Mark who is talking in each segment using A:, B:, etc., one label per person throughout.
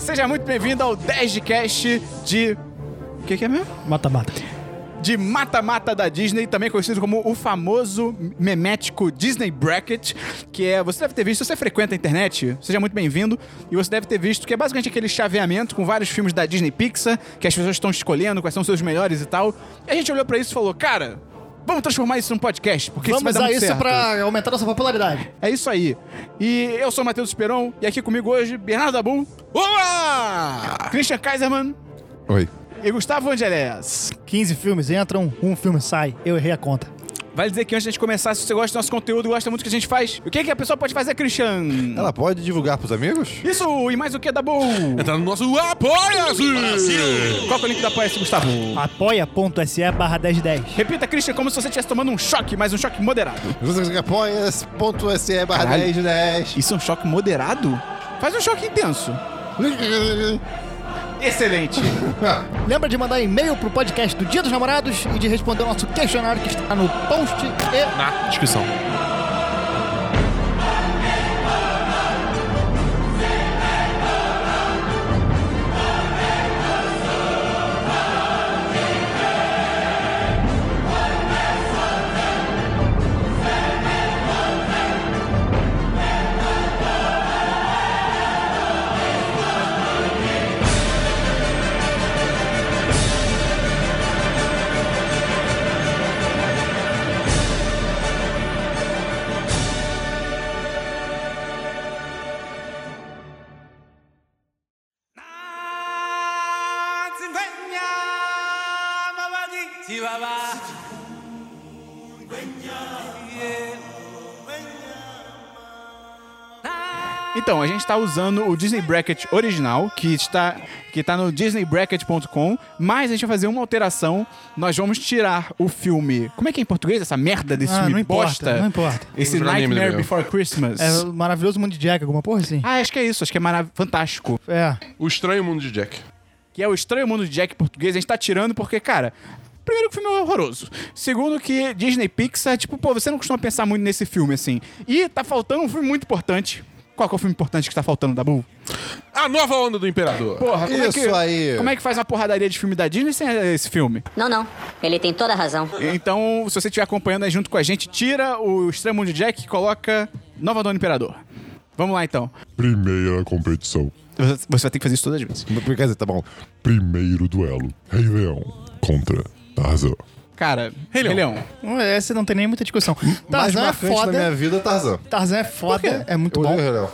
A: seja muito bem-vindo ao 10 de cast de. O que, que é mesmo?
B: Mata-mata.
A: de mata-mata da Disney, também conhecido como o famoso memético Disney Bracket, que é, você deve ter visto, se você frequenta a internet, seja muito bem-vindo, e você deve ter visto que é basicamente aquele chaveamento com vários filmes da Disney Pixar, que as pessoas estão escolhendo quais são os seus melhores e tal. E a gente olhou pra isso e falou, cara, vamos transformar isso num podcast, porque
B: Vamos
A: isso vai dar
B: usar
A: muito
B: isso
A: certo.
B: pra aumentar nossa popularidade.
A: É isso aí. E eu sou o Matheus Esperon, e aqui comigo hoje, Bernardo Dabu,
C: Olá!
A: Christian Kaiserman
C: Oi.
A: e Gustavo Angeléas.
B: 15 filmes entram, um filme sai. Eu errei a conta.
A: Vale dizer que antes de a gente começar, se você gosta do nosso conteúdo, gosta muito do que a gente faz, o que, é que a pessoa pode fazer, Christian?
C: Ela pode divulgar pros amigos?
A: Isso e mais o que da Bull?
C: Entra no nosso Apoia-se!
A: Qual que é o link da apoia Gustavo?
B: Apoia.se barra 1010.
A: Repita, Christian, como se você estivesse tomando um choque, mas um choque moderado.
C: Apoia.se barra
A: Caralho.
C: 1010.
A: Isso é um choque moderado? Faz um choque intenso. Excelente.
B: Lembra de mandar e-mail pro podcast do Dia dos Namorados e de responder o nosso questionário que está no post e
C: Na descrição.
A: Então, a gente está usando o Disney Bracket original, que está que tá no disneybracket.com, mas a gente vai fazer uma alteração. Nós vamos tirar o filme. Como é que é em português essa merda desse
B: Ah,
A: filme
B: não importa,
A: bosta?
B: não importa.
A: Esse
C: Não lembro o nome
A: Nightmare
C: dele.
A: Before Christmas.
B: é o maravilhoso mundo de Jack, alguma porra assim?
A: Ah, acho que é isso, acho que é marav- fantástico.
B: É.
D: O Estranho Mundo de Jack.
A: que é o Estranho Mundo de Jack em português, a gente tá tirando porque, cara. Primeiro que o filme é horroroso. Segundo que Disney Pixar, tipo, pô, você não costuma pensar muito nesse filme, assim. E tá faltando um filme muito importante. Qual que é o filme importante que tá faltando, Dabu?
D: A nova onda do Imperador.
A: Porra, como é que,
C: Isso aí.
A: Como é que faz uma porradaria de filme da Disney sem esse filme?
E: Não, não. Ele tem toda a razão.
A: Então, se você estiver acompanhando aí junto com a gente, tira o Estranho Mundo de Jack e coloca Nova Dona Imperador. Vamos lá, então.
F: Primeira competição.
A: Você você vai ter que fazer isso todas as vezes.
C: Por causa, tá bom.
F: Primeiro duelo. Rei Leão contra Tarzan.
A: Cara, Rei
D: Leão.
A: Leão.
B: Essa não tem nem muita discussão.
C: Mais
B: Tarzan é
C: marcante na minha
B: foda.
C: vida é Tarzan.
B: Tarzan é foda, é muito
C: eu
B: bom.
C: Odeio Rei Leão.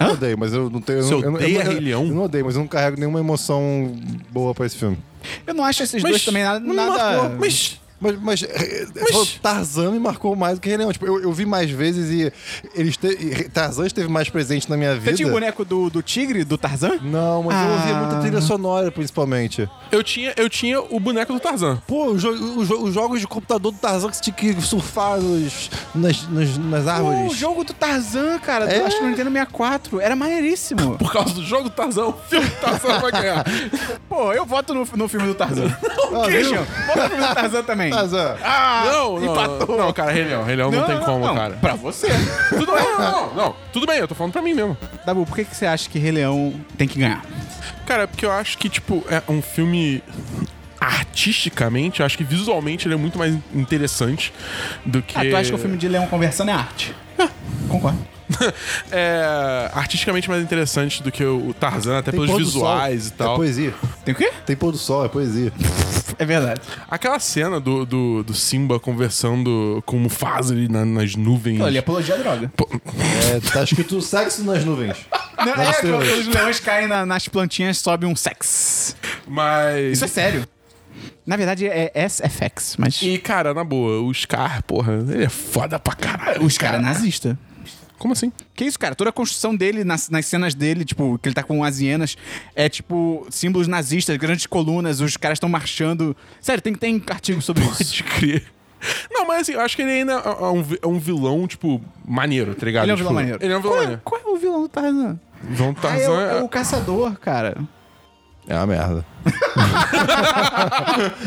C: Eu odeio, mas eu não tenho. eu
D: Você
C: não- eu não- eu
D: odeia
C: não-
D: Rei Leão?
C: Eu não odeio, mas eu não carrego nenhuma emoção boa pra esse filme.
A: Eu não acho esses dois também nada.
D: não
A: nada...
D: marcou, mas
C: Mas, mas, eh, falou, Tarzan me marcou mais do que Rei Leão. Tipo, eu, eu vi mais vezes e eles te- e Tarzan esteve mais presente na minha vida.
A: Você tinha o boneco do, do tigre, do Tarzan?
C: Não, mas eu ouvia
A: Ah.
C: muita trilha sonora, principalmente.
D: eu tinha, eu tinha o boneco do Tarzan.
C: Pô, os, jo- os jo- os jogos de computador do Tarzan que você tinha que surfar nos, nas, nas, nas
A: Pô, o
C: árvores.
A: jogo do Tarzan, cara, do,
C: É?
A: acho que no Nintendo 64. Era maneiríssimo.
D: Por causa do jogo do Tarzan, o filme do Tarzan vai ganhar.
A: Pô, eu voto no, no filme do Tarzan.
C: Ah, viu?
A: Christian, vota no filme do Tarzan também.
C: Tarzan.
A: Ah,
D: não, não,
A: empatou.
D: não, cara, Rei Leão, Rei Leão não, tem como, cara.
A: Pra você.
D: Tudo bem, não, não, não, tudo bem, eu tô falando pra mim mesmo.
A: Dabu, por que, que você acha que Rei Leão tem que ganhar?
D: Cara, é porque eu acho que, tipo, é um filme artisticamente, eu acho que visualmente ele é muito mais interessante do que...
A: Ah, tu acha que o filme de Leão conversando é arte? Concordo.
D: É artisticamente mais interessante do que o Tarzan, até pelos
C: pôr do
D: visuais
C: sol.
D: e tal.
C: É poesia.
A: Tem o quê?
C: Tem pôr do sol, é poesia.
A: É verdade.
D: Aquela cena do, do, do Simba conversando com o Mufasa ali na- nas nuvens.
A: Pô, ele apologia a droga.
C: É, tá escrito sexo nas nuvens.
A: Não, é,
C: Nossa,
A: quando os
C: Deus.
A: leões caem na- nas plantinhas, sobe um sex.
D: Mas.
A: Isso é sério. Na verdade, é SFX, mas...
D: E, cara, na boa, o Scar, porra, ele é foda pra caralho.
A: Os caras nazista.
D: Como assim?
A: Que isso, cara? Toda a construção dele, nas, nas cenas dele, tipo, que ele tá com as hienas, é tipo símbolos nazistas, grandes colunas, os caras estão marchando. Sério, tem, tem artigo sobre
D: Pode
A: isso.
D: crer. Não, mas assim, eu acho que ele ainda é um, vi- é um vilão, tipo, maneiro, tá ligado?
A: Ele é um
D: Tipo,
A: vilão maneiro.
D: Ele é um vilão
A: qual
D: maneiro. tá
A: qual é o vilão do Tarzan?
D: Vilão do
A: Ah, é, o,
D: Tarzan
A: é
D: é-
A: o caçador, cara.
C: É uma merda.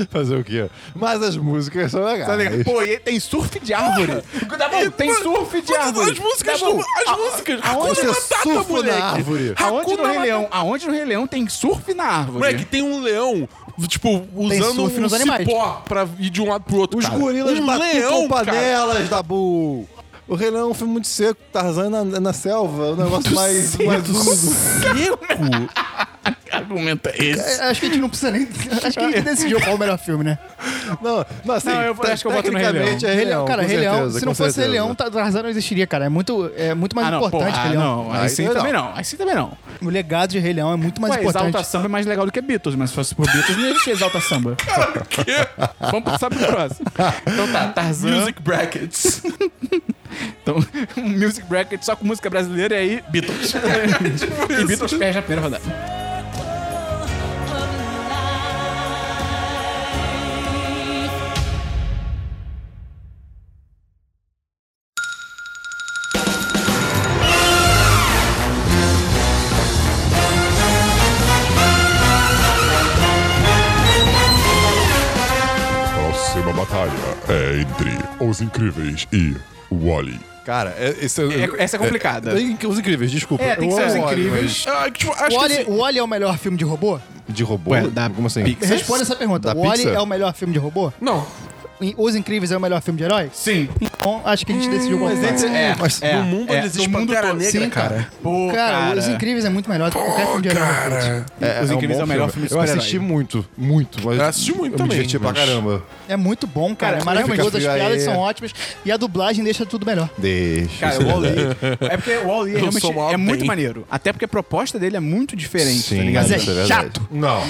C: Fazer o quê? Mas as músicas são legais.
A: Tá ligado? Pô, e tem surf de árvore. Dabu, tem surf de
D: Mas
A: árvore.
D: As músicas
A: Dabu,
D: do, As músicas.
C: aonde
D: Hakuna
C: você surfa na árvore?
A: Aonde no
D: Hakuna
A: Rei
D: Matata.
A: Leão? Aonde no Rei Leão tem surf na árvore?
D: Moleque, tem um leão, tipo, usando
B: surf
D: um
B: nos animais.
D: cipó pra ir de um lado pro outro,
C: Os
D: cara.
C: gorilas
D: um
C: batucam
D: leão, cara.
C: panelas, Dabu. O Rei Leão é um filme muito seco, Tarzan é na, na selva, o negócio mais, mais úmido.
A: argumenta esse.
B: É, Acho que a gente não precisa nem. Acho que a gente decidiu qual é o melhor filme, né?
C: Não, não, assim,
A: Não, eu vou-
C: te-
A: acho que eu boto no Rei
C: tecnicamente é Rei Leão.
B: cara,
C: com
B: Rei Leão,
C: certeza,
B: se não
C: com
B: fosse Rei
C: certeza.
B: Leão, tá, Tarzan não existiria, cara. É muito, é muito mais
A: Ah, não,
B: importante
A: pô,
B: Rei
A: ah,
B: Leão.
A: não. Aí,
C: Aí
A: sim
C: não.
A: também não. Aí sim também não.
B: O legado de Rei Leão é muito mais
A: Ué,
B: importante.
A: Exalta Samba é mais legal do que Beatles, mas se fosse por Beatles, não ia existir Exalta Samba. Vamos passar pro próximo. Então tá, Tarzan.
D: Music brackets.
A: Então, um music bracket só com música brasileira e aí Beatles. e Beatles perde a primeira rodada.
F: Próxima batalha é entre Os Incríveis e Wally.
C: Cara, é, esse
A: É- essa é complicada.
C: é- é- os incríveis, desculpa.
A: É, tem que ser
C: Eu
A: os
C: amo Wall-E,
A: incríveis.
D: Ah, tipo, acho
B: O
D: que
B: Wally,
D: assim,
B: o Wally é o melhor filme de robô?
C: mas De robô?
A: Ué, da
C: Como assim?
A: Pixar.
B: Responda essa pergunta.
C: Da
B: O Wally
C: Pixar?
B: é o melhor filme de robô?
D: Não.
B: E Os Incríveis é o melhor filme de herói?
A: Sim.
B: Bom, acho que a gente decidiu qual foi.
A: É,
C: Mas
A: é,
D: no mundo
A: é,
D: eles existe
A: no mundo
D: Pantera
A: todo.
D: Negra,
A: Sim,
D: cara.
A: Pô,
B: Cara,
A: cara.
B: Os Incríveis é muito melhor do que qualquer filme de herói.
D: Cara,
A: Os Incríveis é o
C: um bom
A: melhor filme de
C: Eu
A: super-herói.
C: assisti muito, muito. Mas
D: Eu assisti muito
C: eu
D: também,
C: Me diverti pra
D: mas-
C: caramba.
B: É muito bom, cara.
A: Cara,
B: é maravilhoso.
C: fica
B: As
C: frio aí.
B: piadas são ótimas. E a dublagem deixa tudo melhor.
C: Deixa.
A: Cara, o Wall-E. É porque o Wall-E é
D: Eu
A: realmente
D: sou o maior
A: é muito
D: bem.
A: maneiro. Até porque a proposta dele é muito diferente,
C: Sim,
A: tá ligado?
B: Mas é
C: isso verdade.
B: chato.
C: Não.
A: Chato,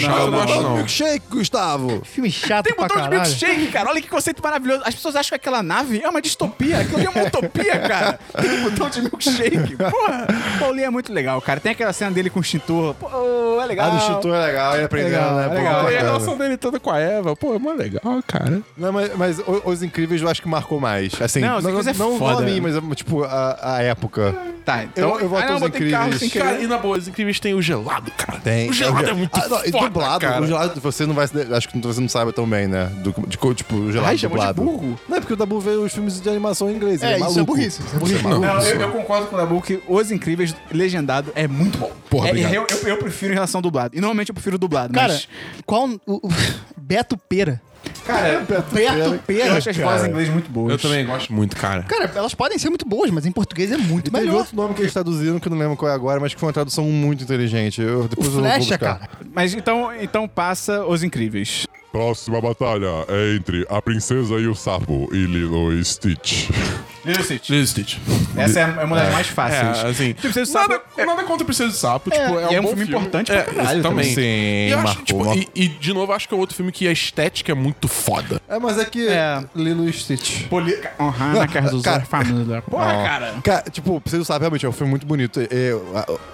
D: não, eu não gosto não.
C: Milkshake, Gustavo.
B: Filme chato
A: Tem um
B: pra
A: botão de
B: caralho.
A: milkshake, cara. Olha que conceito maravilhoso. As pessoas acham que aquela nave é uma distopia. Aquilo ali é uma utopia, cara. Tem um botão de milkshake. Porra, o Paulinho é muito legal, cara. Tem aquela cena dele com o extintor. Pô, é legal.
C: Ah, do Chitor é legal, ele aprendeu,
A: Legal,
C: né? Pô,
A: legal.
D: a
A: Cara.
D: relação dele toda com a Eva, pô, é mó legal, cara.
C: Não, mas, mas o- Os Incríveis eu acho que marcou mais. Assim,
A: Não, Os
C: não,
A: Incríveis é
C: não,
A: foda.
C: não a mim, mas tipo a, a época.
A: Tá,
C: Eu- eu voto
A: não,
C: Os
A: botei
C: Incríveis.
A: carro sem querer.
D: Cara, e na boa, os incríveis tem o gelado, cara. O gelado é, muito
C: Ah, não,
D: foda,
C: e dublado,
D: cara.
C: o gelado você não vai se- acho que você não sabe também, né? Do, de, co- tipo, o gelado
A: Ai, chamou de
C: dublado.
A: burro?
C: Não, é porque o Dabu vê os filmes de animação em inglês,
B: É,
C: ele é
B: isso
C: maluco.
B: é burrice. Isso é burrice.
A: Não, eu, eu concordo com o Dabu que Os Incríveis Legendado é muito bom.
C: Porra,
A: É,
C: obrigado.
A: eu, eu, eu prefiro em relação ao dublado. E normalmente eu prefiro dublado,
B: Cara,
A: mas...
B: qual. O, o- Beto Pera.
A: Cara,
B: Beto
A: eu
B: Pera.
A: acho as vozes em inglês muito boas.
D: Eu também gosto muito, cara.
B: Cara, elas podem ser muito boas, mas em português é muito
C: Teve
B: melhor.
C: outro nome que eles traduziram, que eu não lembro qual é agora, mas que foi uma tradução muito inteligente. Eu, depois eu vou
B: Flecha,
C: buscar.
B: cara.
A: Mas então, então passa Os Incríveis.
F: Próxima batalha é entre a princesa e o sapo e Lilo e Stitch.
A: Lilo e Stitch.
D: Lilo e Stitch.
A: Essa é uma das mais
D: É,
A: fáceis.
D: assim.
A: Tipo, você sabe-
D: nada, nada contra o Princesa do Sapo. tipo, é,
A: e
D: um
A: é um
D: bom
A: filme importante pra
D: é,
A: caralho
D: também.
C: também. Sim,
D: e, eu acho,
C: marcou,
D: tipo,
C: marcou.
D: e, e, de novo, acho que é outro filme que a estética é muito foda.
C: É, mas é que
A: É.
C: Lilo e Stitch.
A: Poli... Honrar na casa dos
C: cara-
A: outros, é família. Porra,
C: Ó,
A: cara.
C: Cara, tipo, vocês não sabem, realmente, é um filme muito bonito. É,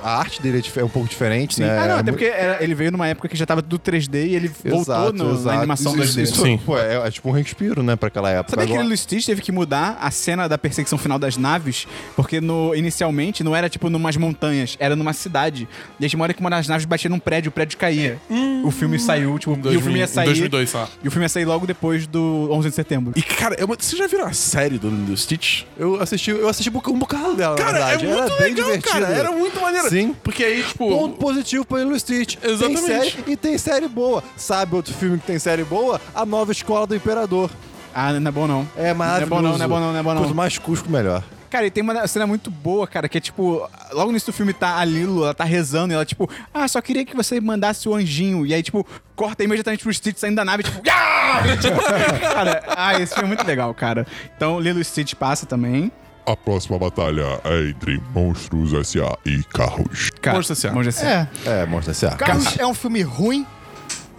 C: a, a arte dele é dif- é um pouco diferente, né?
A: ah, não,
C: É
A: até
C: muito-
A: porque era- ele veio numa época que já tava do 3D e ele voltou
C: Exato,
A: no- na
C: exato.
A: animação
C: Isso-
A: 2D.
C: isso- isso-
D: Sim.
C: Pô, é, é tipo um respiro, né, pra aquela época.
A: Sabia que
C: Agora-
A: Lilo e Stitch teve que mudar a cena da perseguição final das naves? Porque no, inicialmente não era tipo numas montanhas, era numa cidade. E aí tinha uma hora que uma das naves batia num prédio, o prédio caía. o filme saiu, tipo, e o filme ia sair.
D: 2002, sei lá.
A: E o filme ia sair logo depois do 11 de setembro.
D: E, cara, é uma- você já viu a série do Lilo e Stitch?
C: Eu assisti, eu assisti um boca- um bocado dela,
D: Cara,
C: na verdade.
D: é muito
C: era bem
D: legal,
C: divertida.
D: cara. Era muito maneiro.
C: Sim.
D: Porque aí, tipo...
C: Ponto positivo pra Lilo e Stitch.
D: Exatamente.
C: Tem série, e tem série boa. Sabe outro filme que tem série boa? A Nova Escola do Imperador.
A: Ah, não é bom não.
C: É maravilhoso.
A: Não é bom não, não é bom não, não é bom não.
C: Quanto mais cusco, melhor.
A: Cara, e tem uma cena muito boa, cara, que é tipo, logo no início do filme tá a Lilo, ela tá rezando e ela, tipo, ah, só queria que você mandasse o anjinho. E aí, tipo, corta imediatamente pro Stitch saindo da nave, tipo, "Ah!" Tipo, cara, ah, esse filme é muito legal, cara. Então, Lilo e Stitch passa também.
F: A próxima batalha é entre Monstros S.A. e Carros.
A: Cara,
D: Monstro S.A..
A: Monstro S.A..
B: É.
C: É, mostra se
B: Carros é um filme ruim,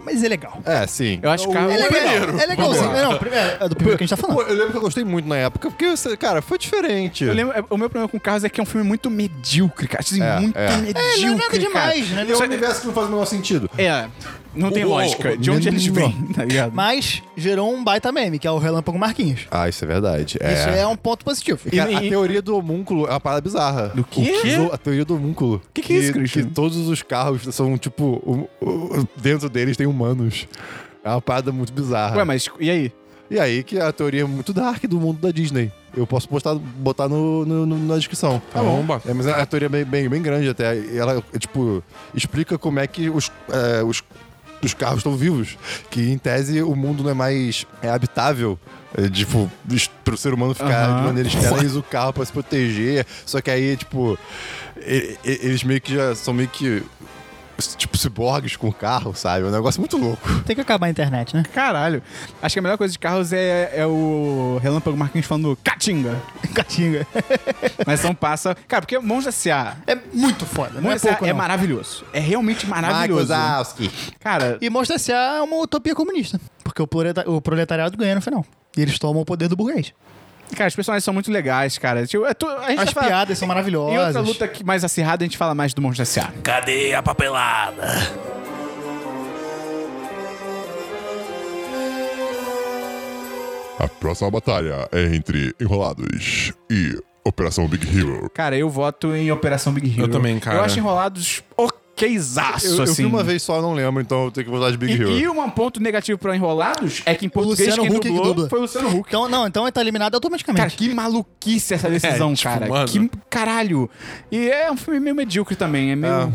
B: mas é legal.
C: É, sim.
A: Eu acho que Carros-
B: É
A: O
B: legal.
A: primeiro.
B: É legalzinho.
A: Vamos lá.
B: Não, o primeiro- é do primeiro que a gente tá
C: Pô,
B: falando.
C: eu lembro que eu gostei muito na época, porque, cara, foi diferente.
A: Eu lembro, o meu problema com Carros é que é um filme muito medíocre, cara. Assim,
C: É,
A: muito
C: é.
A: medíocre,
B: É, não é nada
A: cara.
B: demais, né?
C: É um universo que não faz o menor sentido.
A: É. Não tem
D: Oh,
A: lógica. De onde eles vêm, tá ligado?
B: Mas gerou um baita meme, que é o Relâmpago Marquinhos.
C: Ah, isso é verdade. É.
B: Isso é um ponto positivo.
C: Cara,
A: E-
C: a
A: e-
C: teoria do homúnculo é uma parada bizarra. Do
A: quê?
C: A teoria do homúnculo.
A: Que que é isso, Christian?
C: Que todos os carros são, tipo, hum- hum- dentro deles tem humanos. É uma parada muito bizarra.
A: Ué, mas e aí?
C: E aí que é a teoria muito dark do mundo da Disney. Eu posso postar, botar no, no- no- na descrição.
D: Tá bom, bota.
C: É, mas é uma teoria bem, bem, bem grande até. E Ela, é, tipo, explica como é que os, é, os, os carros estão vivos. Que, em tese, o mundo não é mais é, habitável. É, tipo, es- pro ser humano ficar
A: Aham.
C: de maneira externa, eles usam o carro pra se proteger. Só que aí, tipo, e- e- eles meio que já são meio que... Tipo, ciborgues com o carro, sabe? É um negócio muito louco.
B: Tem que acabar a internet, né?
A: Caralho. Acho que a melhor coisa de carros é, é o Relâmpago Marquinhos falando Catinga.
B: Catinga.
A: Mas não passa. Cara, porque Monza S.A.
B: É muito foda, não é
A: Monza S.A.
B: pouco,
A: é
B: não.
A: maravilhoso. É realmente maravilhoso.
C: Wazowski.
A: Cara,
B: E Monstro S.A. é uma utopia comunista. Porque o, proleta- o proletariado ganha no final. E eles tomam o poder do burguês.
A: cara, os personagens são muito legais, cara. Tipo, é tu- a gente
B: As
A: vai falar-
B: piadas são maravilhosas.
A: Em outra luta que- mais acirrada, a gente fala mais do Monza S.A.
G: Cadê a papelada?
F: A próxima batalha é entre Enrolados e Operação Big Hero.
A: Cara, eu voto em Operação Big Hero.
D: Eu também, cara.
A: Eu acho enrolados okzaço,
C: Eu, eu
A: assim.
C: vi uma vez só, eu não lembro, então eu tenho que voltar de Big
A: E,
C: Hero.
A: e um ponto negativo pra Enrolados é que em português
B: Luciano
A: quem
B: Huck que
A: dublou
B: dubla.
A: foi o Luciano Huck.
B: Então, não, então ele tá eliminado automaticamente.
A: Cara, que maluquice essa decisão,
D: tipo,
A: cara.
D: mano.
A: Que caralho. E é um filme meio medíocre também. É meio.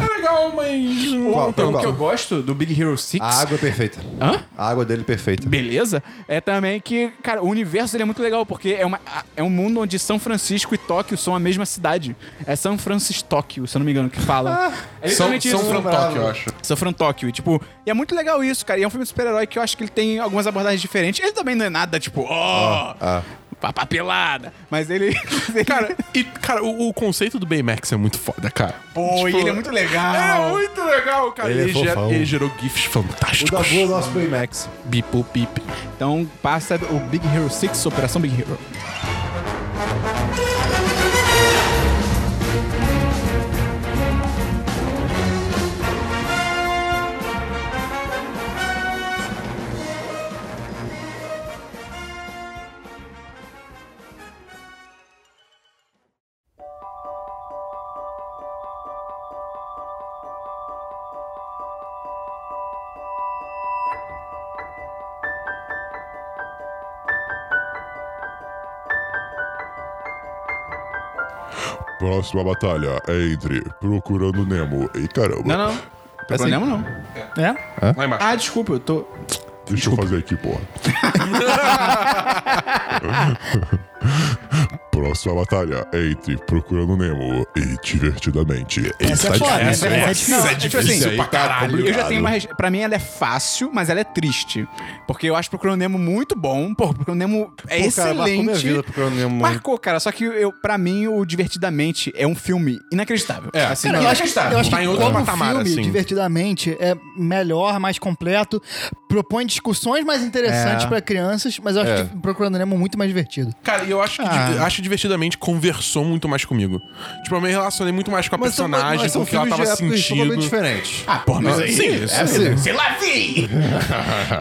D: É legal, mas.
A: Um
C: Qual,
A: então,
C: qual?
A: que eu gosto do Big Hero 6.
C: A água é perfeita.
A: Hã?
C: A água dele é perfeita.
A: Beleza? É também que, cara, o universo dele é muito legal, porque é, uma, é um mundo onde São Francisco e Tóquio são a mesma cidade. É São Francisco Tóquio, se eu não me engano, que fala. É
D: São,
A: literalmente
D: São
A: isso.
D: Fran Tóquio, eu acho.
A: São Fran Tóquio. E, tipo, e é muito legal isso, cara. E é um filme de super-herói que eu acho que ele tem algumas abordagens diferentes. Ele também não é nada, tipo, ó, papapelada. Mas ele.
D: Cara, e, cara, o, o conceito do Baymax é muito foda, cara.
A: pô, e
D: Tipo,
A: ele é muito
D: É
A: legal.
D: muito legal, cara.
C: Ele é
D: Ele, ger-
C: fofão.
D: ele gerou GIFs fantásticos.
C: nosso Baymax.
D: Bipo, bip.
A: Então passa o Big Hero 6, Operação Big Hero.
F: Próxima batalha é entre Procurando Nemo e caramba.
A: Não, não. Não problema, não.
B: É?
D: Lá embaixo.
A: Ah, desculpa, eu tô.
F: Deixa eu fazer aqui, porra. Próxima batalha é entre Procurando Nemo e Divertidamente.
B: Essa é foda. Essa é difícil.
A: Não, é tipo assim,
F: Isso aí tá complicado.
A: Eu já tenho uma. res- Pra mim ela é fácil, mas ela é triste. Porque eu acho Procurando Nemo muito bom. Pô, Procurando Nemo é
C: Pô, cara, marcou
A: excelente.
C: minha vida Procurando Nemo.
A: Marcou, cara. Só que eu, pra mim, o Divertidamente é um filme inacreditável. É, assim,
B: Cara, eu acho que, eu acho
D: Tá
B: que
D: em outro
B: como
D: patamar,
B: filme,
D: assim.
B: divertidamente, é melhor, mais completo, propõe discussões mais interessantes
A: É.
B: pra crianças, mas eu acho que Procurando Nemo é muito mais divertido.
D: Cara, e eu acho que di- acho que divertidamente conversou muito mais comigo. Tipo, eu me relacionei muito mais com a personagem, com o que ela tava sentindo.
C: totalmente diferentes.
A: Ah, porra, mas aí.
D: Sim,
A: é
D: sim.
A: assim. Sei lá, vi!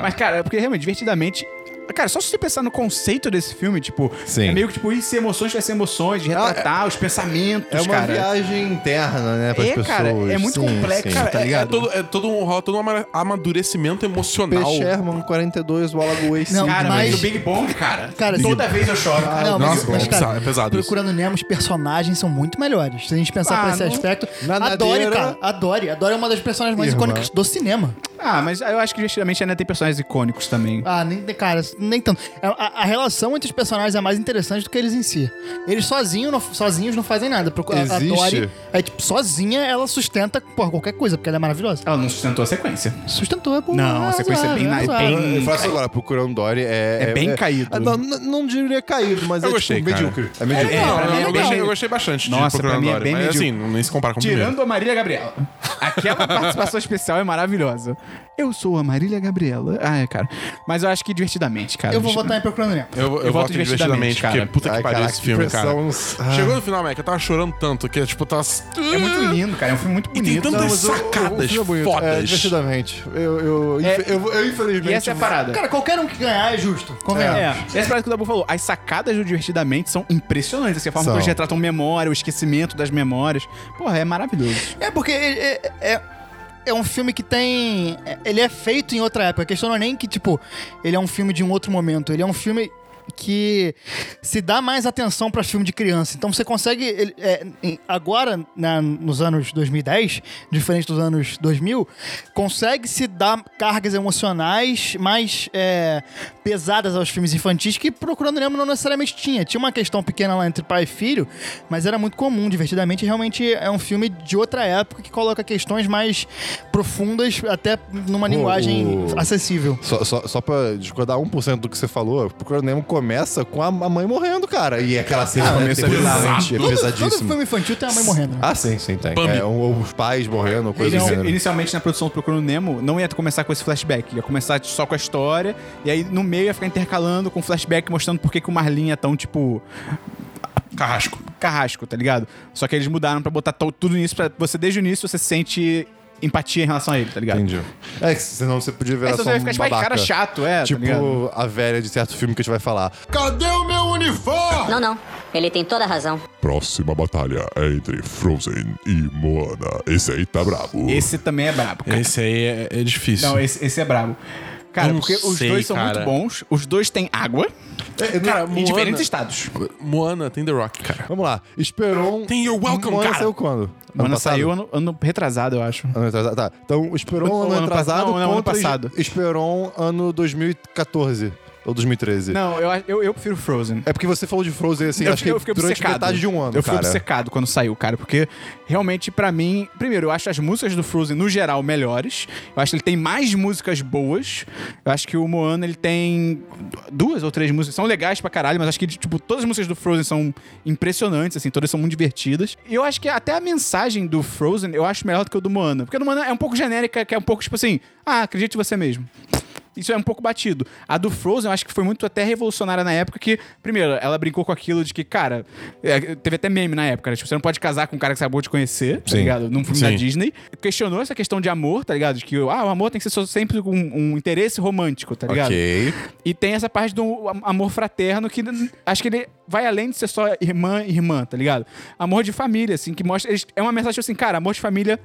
A: mas, cara, é porque realmente, divertidamente. Cara, só se você pensar no conceito desse filme, tipo,
C: Sim.
A: é meio que tipo, isso é emoções vai ser emoções, de retratar os pensamentos,
C: É uma
A: cara.
C: viagem interna, né, pras
A: É,
C: pessoas.
A: cara, é muito complexo, cara,
C: tá
D: É- É,
C: ligado?
D: todo, é todo um rola todo um ama- amadurecimento
C: P.
D: emocional.
C: Sherman, 42, Wallace Way
B: Não,
A: Cara, mas
B: mas-
A: o Big Bang, cara,
B: Cara, assim,
A: toda vez eu choro, cara.
B: Não,
D: nossa,
B: mas, mas
D: é
B: cara,
D: pesado, é pesado isso.
B: Procurando Nemo, os personagens são muito melhores. Se a gente pensar
A: Ah,
B: por esse
A: não-
B: aspecto.
C: Na
B: a Dory,
C: nadeira-
B: cara. A Dory. A Dory é uma das personagens mais
C: Irmã.
B: icônicas do cinema.
A: Ah, mas eu acho que justamente ainda tem personagens icônicos também.
B: Ah, nem, cara, nem tanto. É, A, a- a relação entre os personagens é mais interessante do que eles em si. Eles sozinho não- sozinhos não fazem nada. Procu- A, a
C: Existe?
B: Dory, é, tipo, sozinha ela sustenta porra, qualquer coisa, porque ela é maravilhosa.
A: Ela não sustentou a sequência.
B: Sustentou, é bom.
A: Não, a sequência é bem na- bem-
C: Eu faço agora, Procurando Dory é...
A: É bem caído.
C: Ah, não, não não diria caído, mas
D: Eu
C: é
D: gostei,
C: tipo
D: cara.
C: medíocre. É medíocre.
D: Não,
A: É, pra
D: eu,
A: mim é
D: eu
A: legal.
D: gostei, eu gostei bastante
A: Nossa,
D: de Procurando
A: pra mim é
D: Dory,
A: bem
D: mas
A: medíocre.
D: assim, não- nem se compara com o primeiro.
A: Tirando a Marília Gabriela. Aquela participação especial é maravilhosa. Eu sou a Marília Gabriela. Ah, é, cara. Mas eu acho que divertidamente, cara.
B: Eu vou
A: Divertidamente.
B: votar em Procurando né? Nemo.
D: Eu, eu,
A: Eu voto
D: voto divertidamente,
A: divertidamente, cara.
D: porque puta que
C: Ai,
D: pariu
C: caraca,
D: esse
C: que
D: filme, cara.
C: pressão. Ah.
D: Chegou no final, Mac, eu tava chorando tanto que, tipo, eu tava.
A: É muito lindo, cara. É um filme muito
D: tem
A: bonito.
D: tantas
A: Não,
C: Mas o- o- o
D: sacadas
C: filme é bonito.
D: fodas.
C: É, divertidamente. Eu, eu,
A: É.
C: inf- eu- eu, infelizmente.
A: E essa é a parada.
B: Cara, qualquer um que ganhar é justo. Convenhamos.
A: É, essa é a parada que o Dabu falou. As sacadas do Divertidamente são impressionantes. Assim, a forma
C: São.
A: como eles retratam memória, o esquecimento das memórias. Porra, é maravilhoso.
B: É porque é, é, é- é um filme que tem. é- Ele é feito em outra época. A questão não é nem que, tipo, ele é um filme de um outro momento. Ele é um filme que se dá mais atenção para filme de criança. Então você consegue. ele- é, em- agora, na- nos anos 2010, diferente dos anos 2000, consegue se dar cargas emocionais mais é, pesadas aos filmes infantis que Procurando Nemo não necessariamente tinha. Tinha uma questão pequena lá entre pai e filho, mas era muito comum, divertidamente. Realmente é um filme de outra época que coloca questões mais profundas, até numa linguagem
C: o-
B: acessível.
C: Só, só, só pra discordar 1% do que você falou, Procurando Nemo começa com a a mãe morrendo, cara. E aquela cena
A: Ah,
C: é
A: começo é bizarro.
C: pesadíssima. É
B: Todo, todo
C: pesadíssimo.
B: filme infantil tem a mãe morrendo. Né?
C: Ah, sim, sim, tem.
D: Bambi.
C: É, ou os pais morrendo, ou coisa do
A: Inici-
C: gênero.
A: Então, inicialmente, na produção do Procurando Nemo, não ia começar com esse flashback. Ia começar só com a história. E aí, no meio, ia ficar intercalando com flashback, mostrando por que, que o Marlin é tão, tipo,
D: Carrasco.
A: carrasco, tá ligado? Só que eles mudaram pra botar to- tudo nisso. Pra você, desde o início, você sente empatia em relação a ele, tá ligado?
C: Entendi. É, que senão você podia
A: Aí
C: ver ela
A: senão você
C: só
A: vai
C: um
A: ficar tipo, ai,
C: babaca.
A: cara chato, é, tá
C: Tipo,
A: ligado?
C: a velha de certo filme que a gente vai falar. Cadê o meu uniforme?
E: Não, não. Ele tem toda a razão.
F: Próxima batalha é entre Frozen e Moana. Esse aí tá brabo.
A: Esse também é brabo, cara.
D: Esse aí é, é difícil.
A: Não, esse, esse é brabo. Cara,
D: Não
A: porque os
D: sei,
A: dois são
D: cara.
A: muito bons, os dois têm água
D: cara,
A: em
D: Moana-
A: diferentes estados.
D: Moana tem The Rock, cara.
C: Vamos lá. Esperon.
D: Tem You're Welcome,
C: Moana
D: cara.
C: saiu quando? Ano
A: Mano,
C: passado?
A: saiu ano, ano retrasado, eu acho.
C: Ano atrasado, tá. Então, Esperon
A: Ou
C: ano
A: ano
C: atrasado
A: passado, não, não, ano
C: contra
A: passado.
C: Esperon ano 2014 ou 2013.
A: Não, eu, eu, eu prefiro Frozen.
C: É porque você falou de Frozen, assim,
A: eu
C: acho
A: fiquei, eu
C: que
A: fiquei
C: durante
A: obcecado.
C: metade de um ano,
A: Eu fiquei
C: cara.
A: obcecado quando saiu, cara, porque realmente, pra mim, primeiro, eu acho as músicas do Frozen, no geral, melhores. Eu acho que ele tem mais músicas boas. Eu acho que o Moana, ele tem duas ou três músicas. São legais pra caralho, mas acho que, tipo, todas as músicas do Frozen são impressionantes, assim, todas são muito divertidas. E eu acho que até a mensagem do Frozen eu acho melhor do que a do Moana. Porque a do Moana é um pouco genérica, que é um pouco, tipo assim, ah, acredite em você mesmo. Isso é um pouco batido. A do Frozen, eu acho que foi muito até revolucionária na época que, primeiro, ela brincou com aquilo de que, cara, é, teve até meme na época, né? Tipo, você não pode casar com um cara que você acabou de conhecer, tá
C: Sim.
A: ligado? Num filme
D: Sim.
A: da Disney. Questionou essa questão de amor, tá ligado? De que, ah, o amor tem que ser só sempre um, um interesse romântico, tá ligado?
C: Ok.
A: E tem essa parte do am- amor fraterno que n- acho que ele vai além de ser só irmã e irmã, tá ligado? Amor de família, assim, que mostra. eles- É uma mensagem assim, cara, amor de família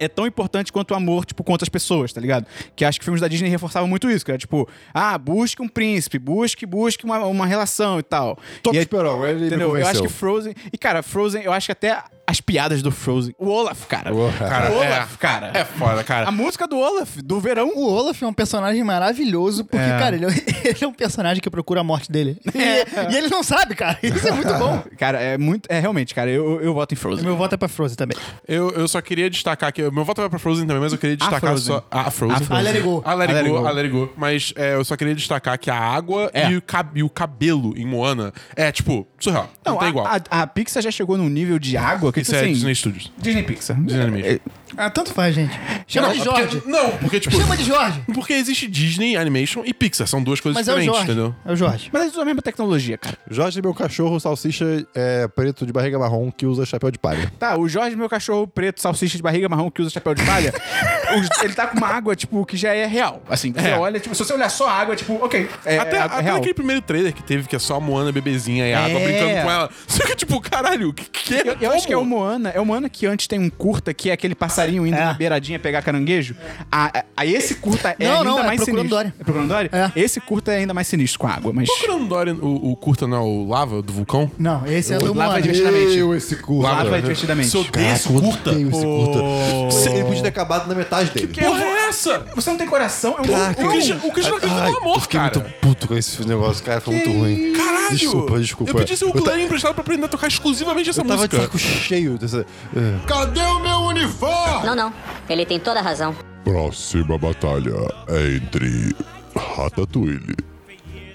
A: é tão importante quanto o amor, tipo, com outras pessoas, tá ligado? Que acho que filmes da Disney reforçavam muito isso, que era tipo, ah, busque um príncipe, busque, busque uma, uma relação e tal.
C: Top
A: e aí-
C: Esperon, ele me
A: Entendeu? Eu acho
C: convenceu.
A: que Frozen. E, cara, Frozen, eu acho que até as piadas do Frozen. O Olaf, cara.
C: Uou.
D: Cara,
A: O Olaf, cara.
D: É foda, cara.
A: A música do Olaf, do verão.
B: O Olaf é um personagem maravilhoso, porque, cara, ele é, ele é um personagem que procura a morte dele. E,
C: É.
B: e ele não sabe, cara. Isso é muito bom.
A: Cara, é muito. É realmente, cara, eu, eu voto em Frozen.
B: Meu voto é pra Frozen também.
D: Eu, eu só queria destacar aqui. Meu voto vai pra Frozen também, mas eu queria destacar
A: Ah, Frozen.
D: só. A Frozen.
A: A Frozen.
B: A Let It Go.
D: A Let It
A: A Let It
D: Go,
A: Go.
D: a Let It Go. Mas é, eu só queria destacar que a água
A: É.
D: e, o cab- e o cabelo em Moana é, tipo, surreal. Não, tá
A: a,
D: igual.
A: A, a Pixar já chegou num nível de água que
D: Isso
A: tipo
D: é
A: assim,
D: Disney Studios.
A: Disney Pixar. É,
D: Disney Animation.
B: Ah, tanto faz, gente. Chama de
D: Não, é porque-
B: Jorge.
D: não, porque, tipo.
B: Chama de Jorge.
D: Porque existe Disney Animation e Pixar. São duas coisas
B: Mas é o
D: diferentes,
B: Jorge.
D: entendeu?
B: É o Jorge.
A: Mas é tudo a mesma tecnologia, cara.
C: Jorge, meu cachorro, salsicha é, preto de barriga marrom que usa chapéu de palha.
A: Tá, o Jorge, meu cachorro preto, salsicha de barriga marrom que usa chapéu de palha, os- ele tá com uma água, tipo, que já é real. Assim, você
D: É.
A: olha, tipo, se você olhar só a água, tipo, ok, é,
D: até
A: é
D: até
A: real.
D: aquele primeiro trailer que teve, que é só a Moana bebezinha e a água
A: É.
D: brincando com ela. Só que, tipo, caralho, o que, que é?
A: Eu, eu acho que é o
D: Como?
A: Moana. É o Moana que antes tem um curta que é aquele passarinho indo
B: É.
A: na beiradinha pegar caranguejo. A, a- a esse curta é
B: Não,
A: ainda
B: não, é
A: mais
B: Procurando
A: sinistro.
B: Dory.
A: É procurando Dory?
B: É.
A: Esse curta é ainda mais sinistro com a água, mas.
D: Procurando Dory, o, o curta não, é o lava do vulcão.
B: Não, esse é do
A: Lá vai
B: Moana.
A: divertir. Divertidamente. Ah,
C: Eu, esse curto.
A: Lá vai divertidamente.
D: Sou desse curta.
C: Odeio esse curta. Ele podia ter acabado na metade dele.
A: eu
D: Porra
A: vou-
D: é essa?
A: Você não tem coração, é um
C: Caraca.
D: O Christian, o Christian não acredita
C: Ai,
D: no
C: eu
D: amor,
C: fiquei
D: cara.
C: muito puto com esse negócio, cara. Foi muito ruim.
D: Caralho!
C: Desculpa, desculpa.
D: Eu pedi seu
C: ta-
D: ukulele emprestado pra aprender a tocar exclusivamente essa
C: eu tava de
D: música.
C: saco cheio dessa... eh, Cadê o meu uniforme?
E: Não, não. Ele tem toda a razão.
F: Próxima batalha é entre Ratatouille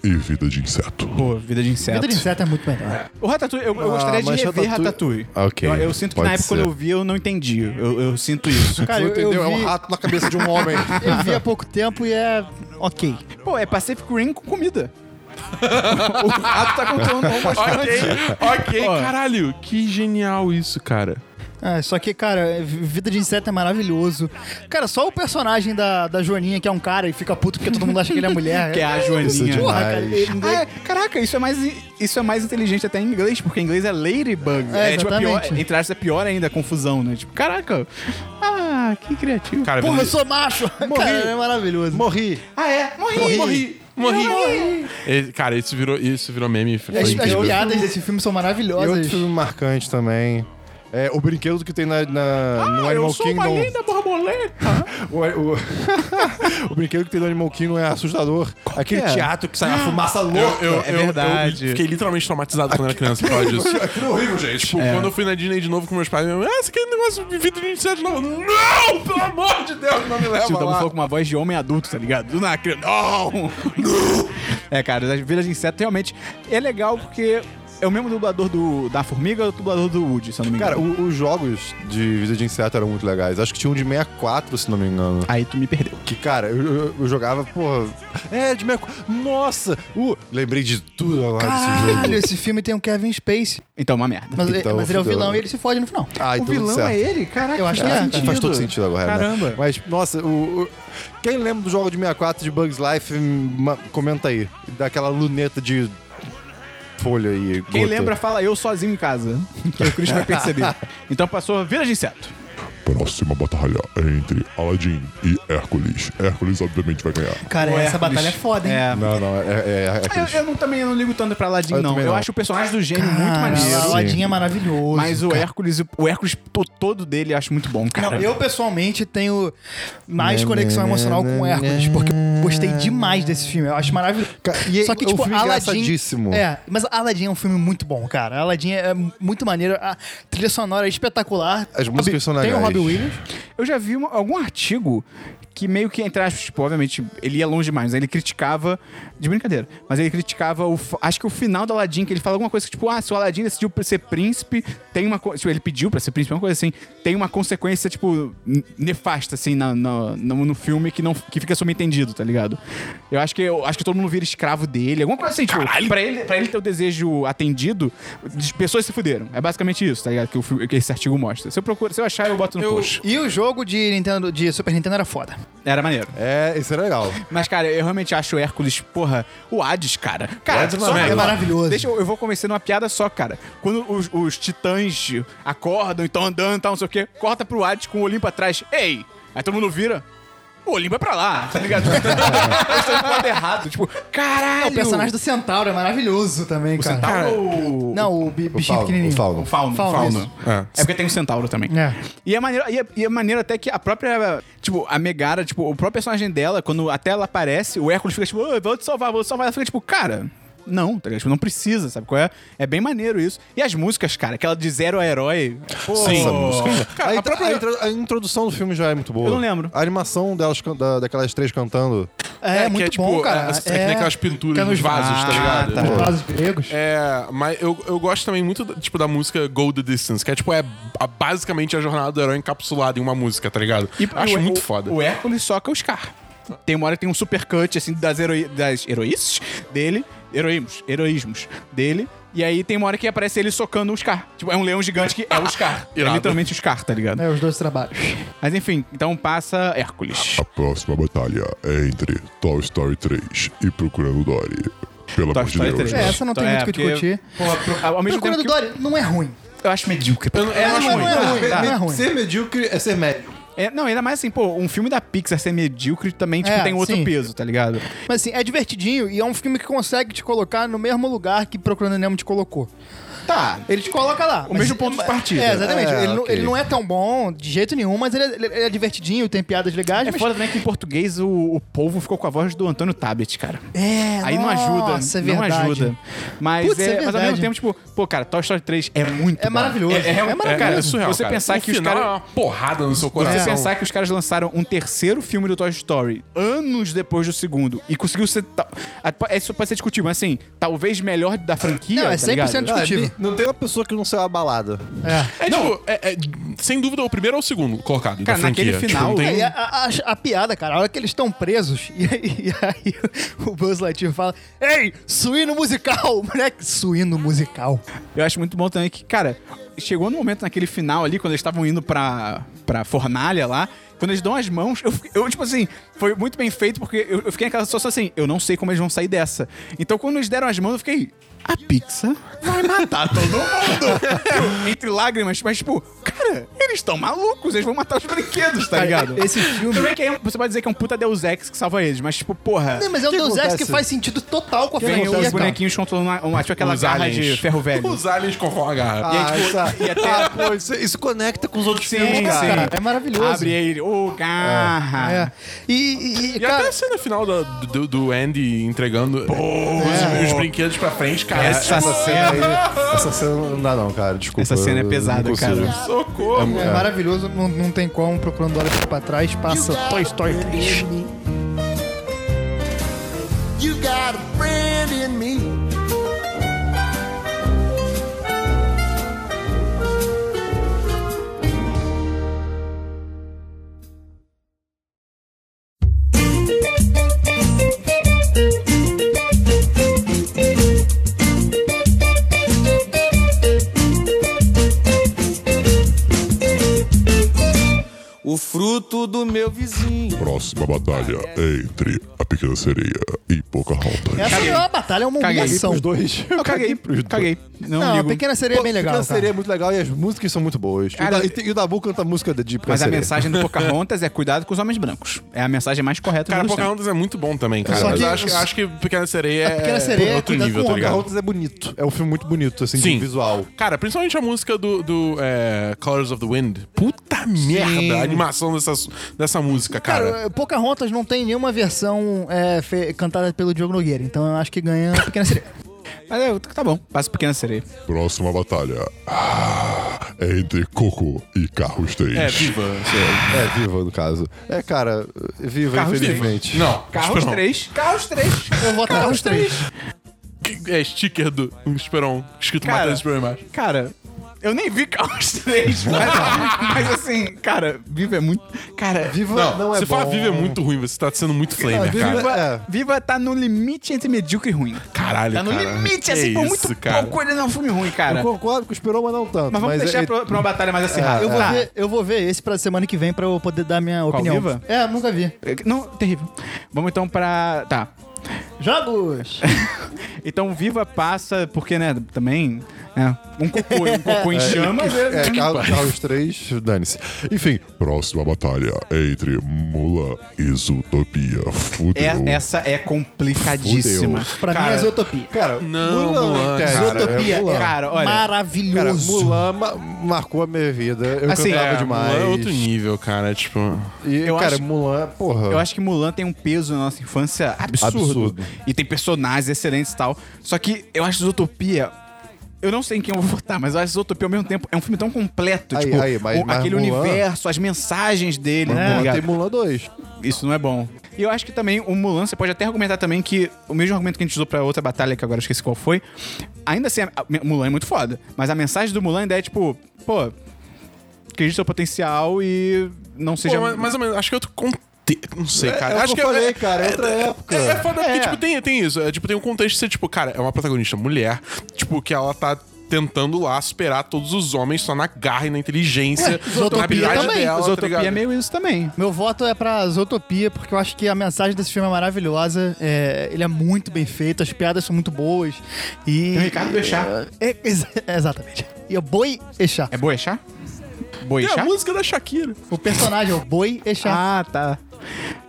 F: e Vida de Inseto.
A: Pô, vida de inseto.
B: Vida de inseto é muito melhor.
A: O Ratatouille, eu, eu gostaria de
C: mas
A: rever Ah, Ratatouille.
C: Ratatouille- Ok,
A: Eu, eu sinto que
C: pode
A: na época quando
C: ser.
A: eu vi, eu não entendi. Eu, eu sinto isso.
B: Cara,
C: Tu
B: eu, eu
C: entendeu? É
B: vi-
C: um rato na cabeça de um homem.
B: eu vi há pouco tempo e é ok.
A: Pô, é Pacific Rim com comida. o rato tá contando um bastante.
D: Ok, ok,
A: Ó.
D: caralho. Que genial isso, cara.
B: É, só que, cara, Vida de Inseto é maravilhoso. Cara, só o personagem da, da Joaninha, que é um cara e fica puto porque todo mundo acha que ele é mulher.
A: Que é a
C: Isso é
A: Joaninha.
B: Porra, cara.
C: demais.
B: ele-
A: Ah, é, caraca, isso é, mais, isso é mais inteligente até em inglês, porque em inglês é ladybug.
B: É,
A: tipo, a pior,
B: exatamente.
A: entre aspas, é pior ainda a confusão, né? Tipo, caraca, ah, que criativo.
D: Cara,
B: Porra, eu
D: vida-
B: sou macho! Cara, é maravilhoso.
C: Morri.
A: Ah, é? Morri,
D: morri,
A: morri.
D: morri, morri. Ele- cara, isso virou, isso virou meme. Foi
B: As, as
D: incrível.
B: piadas desse filme são
C: E outro
B: maravilhosas.
C: filme um marcante também. É o brinquedo que tem na,
B: Ah,
C: na- no Animal Kingdom.
A: borboleta.
C: O, o- o brinquedo que tem no Animal Kingdom é assustador. Aquele
A: é?
C: teatro que sai uma fumaça
D: Eu,
C: louca.
D: eu,
A: É
D: eu-
A: verdade.
D: eu fiquei literalmente traumatizado quando era criança por causa disso.
C: Aquilo é horrível, gente.
D: Tipo, quando eu fui na Disney de novo com meus pais, meu, ah, você quer um negócio de vidro de inseto de novo? Não, pelo amor de Deus, não me leva
A: Tio Dama
D: lá.
A: falou com uma voz de homem adulto, tá ligado? Do nada, criança. Não! É, cara, as vilas de inseto realmente é legal porque é o mesmo dublador do, da Formiga e o dublador do Woody, se eu não me engano.
C: Cara, o- os jogos de vida de inseto eram muito legais. Acho que tinha um de 64, se não me engano.
A: Aí tu me perdeu.
C: Que, cara, eu, eu- eu jogava, porra. É, de 64. Nossa! Uh, lembrei de tudo agora desse jogo.
B: Caralho, esse filme tem o Kevin Space.
A: Então, uma merda.
B: Mas,
C: Então,
B: mas ele é o
C: fudeu.
B: vilão e ele se fode no final.
C: Ah,
A: o
C: então tudo
A: vilão
C: certo.
A: é ele? Caraca,
B: Eu acho que
A: faz
B: é, cara.
A: sentido.
C: Faz todo sentido agora,
A: Caramba.
C: Né? Mas, nossa, o, o- quem lembra do jogo de 64 de Bugs Life, hum, ma- comenta aí. Daquela luneta de folha aí.
A: Quem lembra, fala eu sozinho em casa. Que o Chris vai perceber. Então passou Vila de Inseto.
F: Próxima batalha é entre Aladdin e Hércules. Hércules, obviamente, vai ganhar.
B: Cara,
A: O
B: essa
A: Hércules.
B: batalha é foda, hein?
A: É.
C: Não, não, é. é, é
A: Eu,
C: aqueles-
A: eu não, também não ligo tanto pra Aladdin,
C: Eu
A: não.
C: também
A: Eu
C: não.
A: acho o personagem do gênio muito
B: Cara,
A: maneiro.
B: o Aladdin é maravilhoso.
A: Mas o
B: cara.
A: Hércules, o Hércules to- todo dele eu acho muito bom,
B: Não,
A: cara.
B: eu pessoalmente tenho
C: Né,
B: mais conexão emocional com o Hércules, porque eu gostei demais desse filme. Eu acho maravilhoso.
C: Ca- e
B: Só que,
C: é um
B: tipo,
C: filme engraçadíssimo.
B: Aladdin. É, mas Aladdin é um filme muito bom, cara. Aladdin é muito maneiro. A trilha sonora é espetacular.
C: As músicas são legais.
B: Tem o Robbie Williams.
A: Eu já vi uma- algum artigo que meio que, entre aspas, tipo, obviamente, ele ia longe demais, né? ele criticava, de brincadeira, mas ele criticava, o, f- acho que o final do Aladdin, que ele fala alguma coisa que, tipo, ah, se o Aladdin decidiu pra ser príncipe, tem uma, co- tipo, ele pediu pra ser príncipe, uma coisa assim, tem uma consequência, tipo, n- nefasta, assim, na, na- no, no filme que, não, que fica subentendido, tá ligado? Eu acho que, eu acho que todo mundo vira escravo dele, alguma coisa assim, tipo, pra ele, pra ele ter o desejo atendido, de- pessoas se fuderam, é basicamente isso, tá ligado? Que, o fi- que esse artigo mostra. Se eu procuro, se eu achar, eu boto no post.
B: E o jogo de, Nintendo, de Super Nintendo era foda.
A: Era maneiro.
C: É, isso é legal.
A: Mas, cara, eu realmente acho o Hércules, porra, o Hades, cara. Cara,
C: Hades é
A: só-
B: maravilhoso.
A: ó,
B: É maravilhoso.
A: Deixa eu, eu vou começar numa piada só, cara. Quando os, os titãs acordam, então andando e tal, não sei o quê, corta pro Hades com o Olimpo atrás. Ei! Aí todo mundo vira. O Olimpo é pra lá, tá ligado? Eles estão no lado errado. Tipo, caralho!
B: O personagem do Centauro é maravilhoso também, cara.
A: Centauro.
B: Não, o bi- bichinho
C: é o
B: pequenininho.
C: Fauno.
A: O fauno,
B: Fauno,
A: fauno.
B: isso.
A: É. porque tem um centauro também.
B: É.
A: E é maneiro, e é, e é maneiro até que a própria, tipo, a Megara, tipo, o próprio personagem dela, quando até ela aparece, o Hércules fica tipo, "Ô, vou te salvar, vou te salvar. Ela fica tipo, cara, não, tá ligado? Tipo, não precisa, sabe qual é? É bem maneiro isso. E as músicas, cara, aquela de zero a herói. Pô, é
D: Sim.
C: Cara, a, própria... tá, a, intro- a introdução do filme já é muito boa.
A: Eu não lembro.
C: A animação delas, can- da- daquelas três cantando.
B: É,
D: que
B: muito bom, cara.
D: É, é que nem aquelas pinturas
B: Tem
D: nos
B: nos Ah,
D: vasos, tá ligado?
B: Os vasos gregos.
D: É, mas eu, eu gosto também muito, do- tipo, da música Go The Distance, que é, tipo, é a- basicamente a jornada do herói encapsulada em uma música, tá ligado?
A: E
D: Acho
A: o-
D: muito
A: o-
D: foda.
A: O Hércules soca o Scar. Tem uma hora que tem um super cut, assim, das, heroi das heroíces dele, heroísmos, heroísmos dele. E aí tem uma hora que aparece ele socando o Scar. Tipo, é um leão gigante que é o Scar. é
D: Irado.
A: literalmente o Scar, tá ligado?
B: É, os dois trabalhos.
A: Mas enfim, então passa Hércules.
F: A próxima batalha é entre Toy Story 3 e Procurando Dory. Ah, Pelo amor de
A: Story
F: Deus.
A: 3.
B: É, essa não tem
A: É,
B: muito o que
A: porque-
B: discutir.
A: Porra, pro- ao mesmo
B: Procura
A: tempo
B: do
A: que
B: Dory não é ruim.
A: eu acho medíocre. Eu,
B: É, não, é, não é ruim,
C: Me-
B: não
A: né?
B: é ruim.
C: Ser medíocre é ser médio.
A: É, não, ainda mais assim, pô, um filme da Pixar ser medíocre também, tipo,
B: É,
A: tem outro
B: sim.
A: peso, tá ligado?
B: Mas assim, é divertidinho e é um filme que consegue te colocar no mesmo lugar que Procurando Nemo te colocou.
A: Tá.
B: Ele te coloca lá.
A: O mesmo ponto de partida.
B: É, exatamente.
C: É,
B: ele, não,
C: ok.
B: ele não é tão bom de jeito nenhum, mas ele é, ele é divertidinho, tem piadas legais.
A: É
B: mas...
A: foda também que em português o, o povo ficou com a voz do Antônio Tabet, cara.
B: É,
A: Aí não ajuda.
B: nossa, é
A: não
B: verdade.
A: ajuda. Mas,
B: Putz,
A: é,
B: é
A: mas ao
B: verdade.
A: mesmo tempo, tipo, pô, cara, Toy Story 3 é muito.
B: É
A: bom.
B: maravilhoso.
A: É,
B: É
A: é,
B: maravilhoso.
A: cara,
D: É surreal,
A: Você
D: cara.
A: pensar
D: O
A: que os
D: final
A: caras.
D: é uma porrada no seu
A: Você
B: É.
D: coração.
A: pensar que os caras lançaram um terceiro filme do Toy Story anos depois do segundo e conseguiu ser. ta- a- Isso pode ser discutível, mas assim, talvez melhor da franquia.
B: Não, é
A: tá ligado?
B: 100%
C: Ah,
B: discutível.
C: não tem uma pessoa que não saiu abalada.
D: É, tipo, é, é, sem dúvida, o primeiro ou o segundo colocado
A: Cara,
D: da franquia.
A: naquele final- é
D: Tipo, não tem-
B: E a, a- a- a piada, cara, a hora que eles estão presos, e, aí- e aí o Buzz Lightyear fala: Ei, suíno musical! Moleque, suíno musical.
A: Eu acho muito bom também que, cara, chegou no momento naquele final ali, quando eles estavam indo pra, pra fornalha lá, quando eles dão as mãos, eu, fi- eu, tipo assim, foi muito bem feito, porque eu, eu fiquei naquela situação assim, eu não sei como eles vão sair dessa. Então, quando eles deram as mãos, eu fiquei, a pizza vai matar todo mundo! Eu, Entre lágrimas, mas tipo, cara, eles estão malucos, eles vão matar os brinquedos, tá
B: Cara,
A: ligado?
B: esse filme-
A: Tudo bem que aí você pode dizer que é um puta Deus Ex que salva eles, mas tipo, porra...
B: Não, mas é o
C: que
B: Deus Ex que
C: acontece?
B: faz sentido total com a
A: Vem os
B: franquia, cara.
A: bonequinhos controlando uma, uma, tipo aquela
D: Os
A: garra
D: aliens.
A: de ferro velho.
D: Os aliens conforme a
C: Ah,
D: garra.
A: E aí, tipo,
C: essa-
A: e até-
C: Ah, pô, isso, isso conecta com os outros
A: Sim,
C: filmes,
A: sim.
C: cara.
B: É maravilhoso.
A: Abre ele. Ô, garra.
B: É. E, e- e,
D: E até
B: cara,
D: a cena final da- do, do Andy entregando né, os, os brinquedos pra frente, cara. é
A: Essa
C: cena aí. Essa cena não dá, não, cara. Desculpa.
A: Essa cena é
C: eu não
A: pesada,
C: consigo.
A: cara.
D: Socorro.
B: é maravilhoso, não, não tem como, procurando horas pra trás, passa Toy Story 3.
H: You got a friend in me. O fruto do meu vizinho.
F: Próxima batalha é entre a Pequena Sereia e Pocahontas.
B: Essa não é uma batalha, é uma
A: Caguei.
B: humilhação.
C: Os dois.
A: Eu caguei. Caguei. Não,
B: Não, a
A: ligo.
B: Pequena Sereia é bem legal,
C: Pequena
B: cara.
C: Sereia é muito legal e as músicas são muito boas. E o
A: Cara,
C: Da- e, tem- e o Dabu canta a música de de Pequena
A: Mas a
C: Sereia.
A: mensagem do Pocahontas é cuidado com os homens brancos. É a mensagem mais correta
D: Cara,
A: do
D: Pocahontas é muito bom também, cara.
B: Só
D: Mas
B: que-
D: eu acho, eu acho que Pequena Sereia é
B: Pequena Sereia é
D: outro
B: cuidado
D: nível,
B: com
D: tá
B: o
D: ligado?
C: Pocahontas é bonito. É um filme muito bonito, assim,
D: Sim.
C: de visual.
D: Cara, principalmente a música do, do, é, Colors of the Wind. Puta merda a animação dessa, dessa música, cara.
B: Cara, é, Pocahontas não tem nenhuma versão é, fe- cantada pelo Diogo Nogueira, então eu acho que ganha a Pequena Sereia.
A: Mas é, tá bom. Passa Pequena Sereia.
F: Próxima batalha ah, é entre Coco e Carros 3.
D: É, viva.
C: É, viva, no caso. É, cara, viva,
A: Carros
C: infelizmente.
D: é, Não,
A: Carros
D: Esperon.
A: 3. Carros 3.
B: Eu voto Carros três.
D: É sticker do Esperon, escrito
A: Cara.
D: Matheus Esperon embaixo.
A: Cara... Eu nem vi Carros 3, mas, mas assim, cara, Viva é muito. Cara,
C: Viva
D: Não,
C: não, é
D: se
C: bom.
D: falar Viva é muito ruim, você tá sendo muito flamer,
C: Viva-
D: cara.
A: Viva,
C: É.
A: Viva tá no limite entre medíocre e ruim.
D: Caralho,
A: Tá no
D: cara.
A: limite, assim,
D: Que
A: por
D: isso,
A: muito
D: cara.
A: pouco ele não é um filme ruim, cara.
C: Eu concordo com o Esperon, mas não tanto.
A: Mas vamos
C: mas
A: deixar
C: é-
A: pra, pra uma batalha mais acirrada.
B: Eu vou,
A: Tá.
B: ver, eu vou ver esse pra semana que vem pra eu poder dar minha opinião.
A: Viva?
B: É, nunca vi.
A: Não, terrível. Vamos então pra. Tá.
B: Jogos!
A: Então Viva passa, porque, né, também. né, um cocô, um cocô em né? chamas.
C: É, Carros, Carros 3, dane-se. Enfim,
F: Próxima batalha é entre Mula e Zootopia. Fudeu.
A: É- essa é complicadíssima.
B: Pra mim é Zootopia.
C: cara,
D: Não,
C: Mulan,
D: Mulan,
C: cara,
D: cara,
B: Zootopia
C: é Mulan.
B: é
A: Cara, olha.
B: maravilhoso.
C: Cara, Mulan ma- marcou a minha vida. Eu
A: Assim,
C: cantava
A: é,
C: demais.
D: Mulan é outro nível, cara. Tipo.
C: E,
A: Eu
C: cara,
A: acho-
C: Mulan, porra.
A: Eu acho que Mulan tem um peso na nossa infância absurdo.
C: Absurdo.
A: E tem personagens excelentes e tal. Só que eu acho Zootopia. Eu não sei em quem eu vou votar, mas eu acho Zootopia ao mesmo tempo é um filme tão completo.
C: Aí,
A: tipo,
C: aí, mas-
A: o-
C: mas
A: aquele
C: Mulan-
A: universo, as mensagens dele,
C: Mulan
A: né?
C: tem Mulan 2.
A: Isso não é bom. E eu acho que também o Mulan, você pode até argumentar também que o mesmo argumento que a gente usou pra outra batalha, que agora eu esqueci qual foi, ainda assim, a, a- Mulan é muito foda. Mas a mensagem do Mulan ainda é tipo, pô, acredite no seu potencial e não seja.
D: Pô, mas, mais ou menos, acho que é outro contexto. Não sei, cara.
C: é o
D: acho que
C: que eu falei,
D: é,
C: cara, é outra época.
D: É, é foda,
A: É.
D: porque, tipo, tem, tem isso. É, tipo, tem um contexto de ser, tipo, cara, é uma protagonista mulher, tipo, que ela tá tentando lá superar todos os homens só na garra e na inteligência, na
B: Zootopia
D: habilidade
B: também.
D: dela, tá
A: Zootopia
D: ligado?
A: é meio isso também.
B: Meu voto é pra Zootopia, porque eu acho que a mensagem desse filme é maravilhosa. É, ele é muito bem feito, as piadas são muito boas. E.
A: Tem o Ricardo Boechat.
B: É, ex- exatamente. E o Boi Echá.
A: É Boechat?
D: É a
A: Boechat?
D: música da Shakira.
B: O personagem é o Boi Echá.
A: Ah, tá.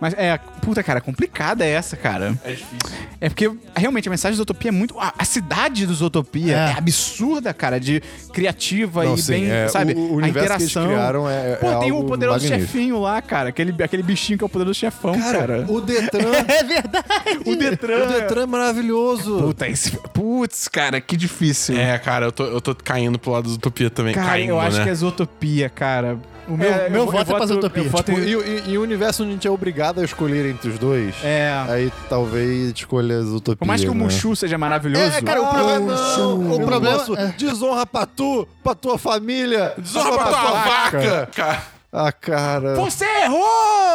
A: Mas Mas é, puta, cara, complicada é essa, cara.
D: É difícil.
A: É porque realmente a mensagem do Zootopia é muito. A, a cidade do Zootopia é.
B: É.
A: absurda, cara, de criativa
C: Não,
A: e
C: sim,
A: bem,
C: é,
A: sabe?
C: o- o
A: a
C: universo que eles
A: interação.
C: criaram é- é
A: Pô, tem o
C: algo
A: poderoso
C: magnífico.
A: chefinho lá, cara. Aquele, aquele bichinho que é o poderoso chefão, cara.
C: o Detran.
B: É verdade.
A: O Detran.
C: o Detran é maravilhoso.
A: Puta, esse... Putz, cara, que difícil.
D: É, cara, eu tô, eu tô caindo pro lado da utopia também.
A: Cara,
D: caindo,
A: eu acho
D: né?
A: que é Zootopia, cara. O
B: meu- meu voto é pra Zootopia.
A: Eu voto
C: Tipo, e, e- e o universo onde a gente é obrigado a escolher entre os dois.
A: É.
C: Aí talvez escolha as utopias.
A: Por mais que o
C: né?
A: Mushu seja maravilhoso.
C: É, cara, o problema. não,
B: o
C: eu
B: problema-
C: não posso.
B: é.
C: Desonra pra tu, pra tua família.
D: Zorra pra tua vaca, cara.
C: Ah, cara.
A: Você errou!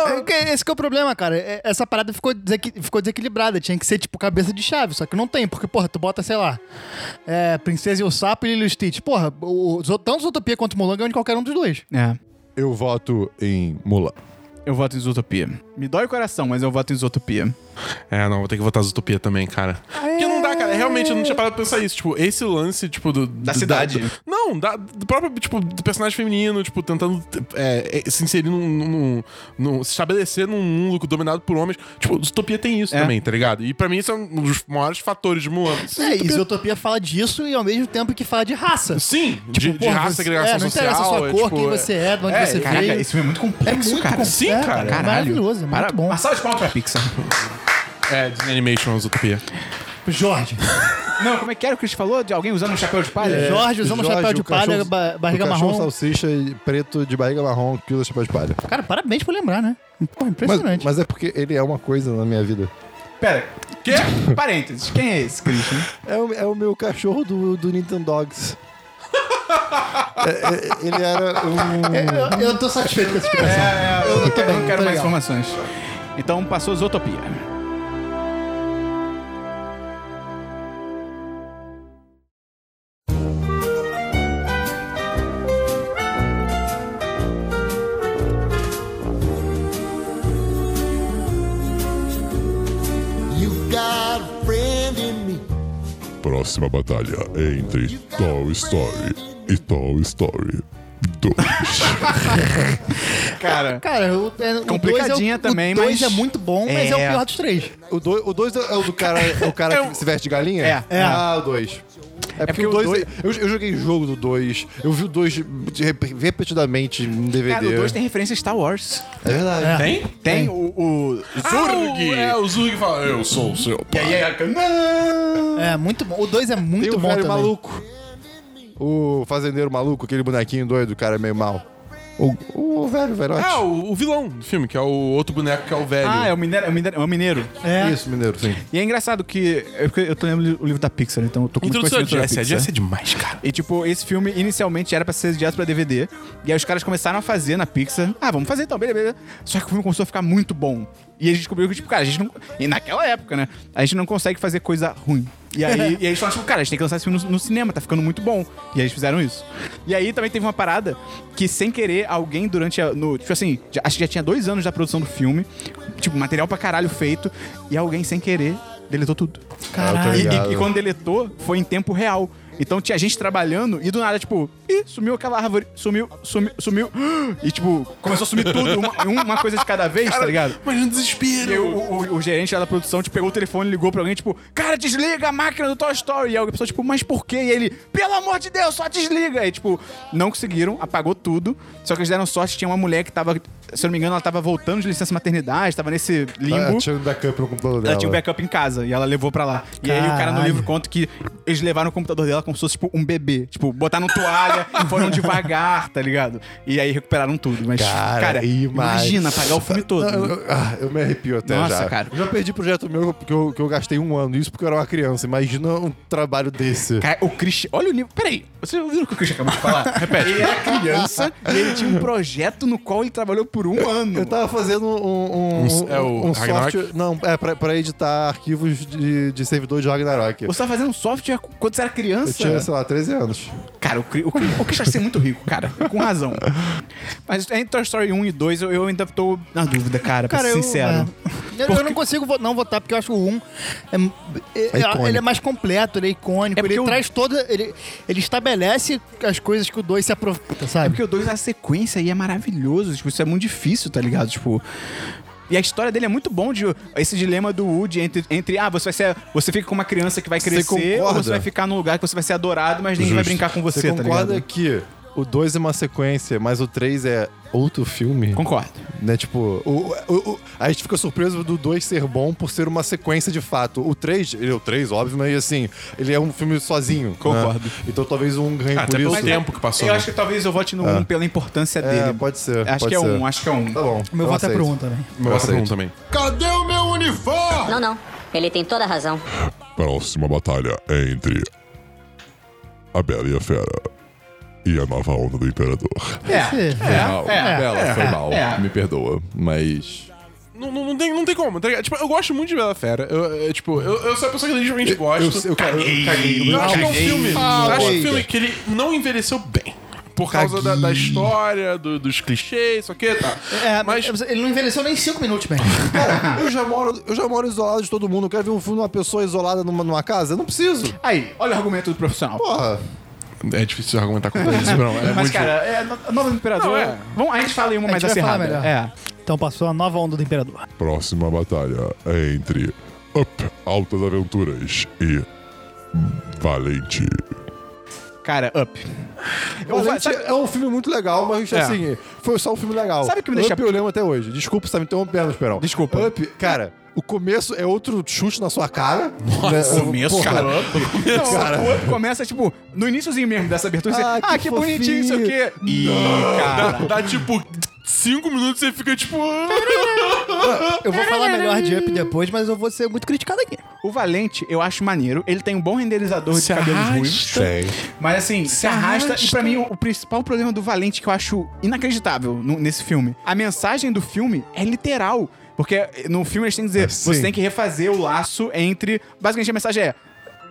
B: É que Esse que é o problema, cara. É- Essa parada ficou, desequi- ficou desequilibrada. Tinha que ser, tipo, cabeça de chave. Só que não tem, porque, porra, tu bota, sei lá, é, Princesa e o Sapo e Lilo e Stitch. Porra, o, o, tanto Zootopia quanto Mulan ganham de qualquer um dos dois.
A: É,
C: Eu voto em Mulan.
A: eu voto em Zootopia. Me dói o coração, mas eu voto em Zootopia.
D: É, não, vou ter que votar Zootopia também, cara. Porque não dá, cara. Realmente, eu não tinha parado pra pensar isso. Tipo, esse lance, tipo, do... Da
A: cidade.
D: não, da, do próprio, tipo, do personagem feminino, tipo, tentando é, é, se inserir num, num- num- num- Se estabelecer num mundo dominado por homens. Tipo, Zootopia tem isso
A: É.
D: também, tá ligado? E pra mim, isso é um dos maiores fatores de Mulan.
B: É, e Zootopia fala disso e ao mesmo tempo que fala de raça.
D: Sim, de, de
B: porra,
D: raça,
B: você-
D: segregação
B: é, não
D: social.
B: interessa a sua
D: é,
B: cor,
D: tipo,
B: quem
D: é-
B: você é, de onde
D: é,
B: você
D: e-
A: Caraca,
B: veio.
A: isso é muito complexo, cara.
B: complexo,
D: Sim,
B: é,
D: cara.
B: É maravilhoso, é muito
A: Para-
B: bom.
A: Uma salva de palmas pra Pixar.
D: É, Disney Animation, Zootopia.
B: Jorge.
A: Não, como é que era o que a gente falou? De alguém usando um chapéu de palha?
B: Jorge usando
C: Jorge,
B: chapéu de
C: o cachorro-
B: palha, ba- barriga
C: o cachorro
B: marrom.
C: salsicha e preto de barriga marrom que usa chapéu de palha.
B: Cara, parabéns por lembrar, né? Pô,
C: Mas,
B: impressionante.
C: mas é porque ele é uma coisa na minha vida.
A: Pera, quê? Parênteses, quem é esse, Christian?
C: É o, é o meu cachorro do, do Nintendo Dogs. É, é, ele era um.
B: Eu, eu tô satisfeito com essa explicação.
A: É, eu, não quero,
B: bem,
A: eu
B: tô
A: não quero mais
B: legal.
A: informações. Então passou Zootopia.
H: You got a friend in me.
F: Próxima batalha é entre Toy Story e Toy Story 2.
A: Cara,
B: Cara, o, é, o
A: Complicadinha
B: dois é, o-
A: também,
B: o dois
A: mas-
B: é muito bom, mas é.
A: É.
B: o pior dos três.
C: O 2 o dois é o do cara, é o cara que se veste de galinha?
A: É.
B: É.
C: Ah, o 2. É porque, o 2. Eu, eu joguei jogo do 2. Eu vi o 2 repetidamente em DVD.
A: cara, o 2 tem referência a Star Wars.
C: É verdade.
D: Tem?
A: Tem o, o Zurg.
D: Zurg! é, o Zurg fala, eu sou o seu pai.
B: É, muito bom. O dois é muito
C: Tem o
B: bom
C: velho
B: também.
C: maluco. O fazendeiro maluco, aquele bonequinho doido, o cara meio mal. O, o velho, velhote.
D: Ah, o, o vilão do filme, que é o outro boneco que é o velho.
A: Ah, é o mineiro, é o mineiro, é o mineiro.
B: É.
C: Isso, mineiro, sim.
A: E é engraçado que é porque eu tô lendo o livro da Pixar, então eu tô com muito
D: Introdução a
A: conhecimento da
D: Jessie. A
A: Pixar.
D: Jessie é demais, cara.
A: E tipo, esse filme inicialmente era pra ser direto pra DVD. E aí os caras começaram a fazer na Pixar. Ah, vamos fazer então, beleza, beleza. Só que o filme começou a ficar muito bom. E a gente descobriu que, tipo, cara, a gente não. E naquela época, né? A gente não consegue fazer coisa ruim. E aí, e aí eles falaram, tipo, cara, a gente tem que lançar esse filme no, no cinema, tá ficando muito bom. E aí eles fizeram isso. E aí também teve uma parada que, sem querer, alguém durante a. No, tipo assim, já- acho que já tinha dois anos da produção do filme, tipo, material pra caralho feito, e alguém, sem querer, deletou tudo. E-
C: Ah, eu tô
A: E,
C: ligado.
A: e quando deletou, foi em tempo real. Então tinha gente trabalhando e do nada, tipo, ih, sumiu aquela árvore, sumiu, sumiu, sumiu. E tipo, começou a sumir tudo, uma, uma coisa de cada vez, tá ligado?
D: Mas no
A: E aí
D: desespero.
A: o, o- o gerente lá da produção tipo, pegou o telefone, ligou pra alguém, tipo, cara, desliga a máquina do Toy Story. E aí a pessoa, tipo, mas por quê? E ele, pelo amor de Deus, só desliga. E tipo, não conseguiram, apagou tudo. Só que eles deram sorte, tinha uma mulher que tava, se eu não me engano, ela tava voltando de licença maternidade, tava nesse limbo.
C: Tá tirando da câmera no computador dela.
A: Ela tinha um backup em casa e ela levou pra lá. E aí o cara no
B: Caralho.
A: livro conta que eles levaram o computador dela como se fosse, tipo, um bebê. Tipo, botaram toalha, foram devagar, tá ligado? E aí recuperaram tudo. Mas, tipo, cara,
C: Cara, e mais-
A: imagina apagar o filme todo.
C: Eu, eu- ah, eu me arrepio até
A: Nossa,
C: já.
A: cara.
C: Já perdi projeto meu que eu, que eu gastei um ano. Isso porque eu era uma criança. Imagina um trabalho desse.
A: Cara, o Christian. Olha o nível. Peraí, vocês ouviram o que o Christian acabou de falar? Repete. Ele era criança e ele tinha um projeto no qual ele trabalhou por um ano.
C: Eu tava fazendo um, um,
D: Um- é o
C: um
D: Ragnarok?
C: software... Não, é pra, pra editar arquivos de, de servidor de Ragnarok.
A: Você tava fazendo software quando você era
C: Eu
A: criança?
C: tinha, sei lá, 13 anos.
A: Cara, o, Cri- o, Cri- o Christian vai ser muito rico, cara. Com razão. Mas entre Toy Story 1 e 2, eu, eu ainda tô na dúvida, cara, pra
B: Cara,
A: ser
B: eu,
A: sincero.
B: é. Eu, eu não consigo vo- não votar, porque eu acho que o 1 é, é-
C: icônico.
B: ele é mais completo, ele é icônico,
A: É porque
B: ele
A: o-
B: traz toda. Ele, ele estabelece as coisas que o 2 se aproveita,
A: É
B: sabe?
A: porque o 2 na sequência aí é maravilhoso. Tipo, isso é muito difícil, tá ligado? Tipo. E a história dele é muito bom de esse dilema do Woody entre, entre ah, você vai ser. Você fica com uma criança que vai
C: Você
A: crescer, ou
C: concorda?
A: você vai ficar num lugar que você vai ser adorado, mas ninguém vai
C: Justo.
A: brincar com você, tá
C: concorda
A: ligado?
C: que o 2 é uma sequência, mas o 3 é outro filme?
A: Concordo.
C: Né, tipo, o, o- o- a gente fica surpreso do 2 ser bom por ser uma sequência de fato. O 3, ele é o 3, óbvio, mas assim, ele é um filme sozinho. né?
A: Concordo.
C: Então talvez um ganhe
D: Ah, até
C: por
D: pelo
C: isso.
A: Mas
D: tempo que passou,
A: Eu
D: né?
A: acho que talvez eu vote no 1 um pela importância
C: É,
A: dele.
C: pode ser.
A: Acho que
C: pode
A: é
C: ser.
A: um, acho que é um.
C: Tá bom.
B: Meu
C: eu
B: voto é
C: aceito.
B: pro 1 também.
D: Meu voto é
C: aceito.
D: um também.
H: Cadê o meu uniforme?
E: Não, não. Ele tem toda a razão.
F: Próxima batalha é entre a Bela e a Fera e a nova onda do Imperador.
B: É.
I: Mal.
A: é,
I: Bela, foi mal.
A: é.
I: Me perdoa. Mas.
D: Não, não, não tem, não tem como, tá ligado? Tipo, eu gosto muito de Bela Fera. Eu, eu, tipo, eu, eu sou a pessoa que legitimamente gosto.
C: Eu, eu, caguei. eu caguei.
D: Eu acho que é um
C: Caguei.
D: filme.
C: Ah,
D: eu acho um
C: oiga.
D: filme que ele não envelheceu bem. Por causa da,
C: Caguei.
D: da história, do- dos clichês, isso aqui, tá.
B: É,
D: mas,
B: mas ele não envelheceu nem 5 minutos, bem.
C: Cara, eu já, moro, eu já moro isolado de todo mundo. Eu quero ver um filme de uma pessoa isolada numa, numa casa? Eu não preciso.
A: Aí, olha o argumento do profissional.
C: Porra.
D: é difícil argumentar com isso, não. É
A: Mas,
D: muito
A: cara, é, no- Novo Imperador.
D: Não, é.
A: Vamos, a gente fala em uma
B: A
A: mais
B: gente vai falar
A: acirrada.
B: melhor.
A: É.
B: Então passou a nova onda do Imperador.
F: Próxima batalha é entre Up, Altas Aventuras e Valente.
A: É. Cara, up. Eu vou-
C: Valente
A: sabe-
C: é um filme muito legal, mas assim, foi só um filme legal.
A: Sabe o que me deixa-
C: Up eu lembro até hoje. Desculpa, você tá me interrompendo, Esperão.
A: Desculpa.
C: Up, cara, o começo é outro chute na sua cara. Nossa,
D: começo, cara.
A: Não, o up começa, tipo, no iníciozinho mesmo dessa abertura. você,
C: Ah,
A: Ah, que,
C: que
A: bonitinho, não sei o quê. Ih, cara.
D: Dá, dá, tipo cinco minutos e você fica tipo.
B: Eu vou falar melhor de Up depois, mas eu vou ser muito criticado aqui.
A: O Valente, eu acho maneiro. Ele tem um bom renderizador de cabelos ruins. Mas assim, se, arrasta. E pra mim, o, o principal problema do Valente que eu acho inacreditável no- nesse filme. A mensagem do filme é literal. Porque eh, no filme eles têm que
D: É,
A: dizer: você tem que refazer o laço entre. Basicamente a mensagem é.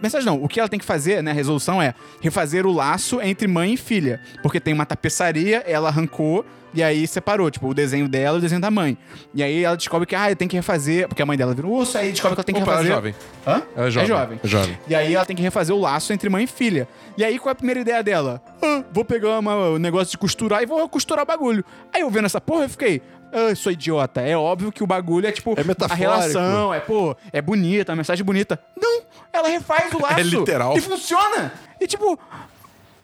A: Mensagem não, o que ela tem que fazer, né? A resolução é refazer o laço entre mãe e filha. Porque tem uma tapeçaria, ela arrancou e aí separou, tipo, o desenho dela e o desenho da mãe. E aí ela descobre que, ah, tem que refazer, porque a mãe dela vira um urso, aí descobre que ela tem que
D: Opa, ela é
A: refazer.
D: jovem.
A: Hã?
D: Ela é jovem. É
A: É jovem.
D: jovem.
A: E aí ela tem que refazer o laço entre mãe e filha. E aí qual é a primeira ideia dela? Ah, vou pegar uma- um negócio de costurar e vou costurar o bagulho. Aí eu vendo essa porra, eu fiquei. Ah, sou idiota. É óbvio que o bagulho é tipo.
C: É metafórico.
A: A relação, é, pô, é bonita, a mensagem é bonita. Não! Ela refaz
C: É
A: o laço.
D: literal.
A: E funciona! E tipo.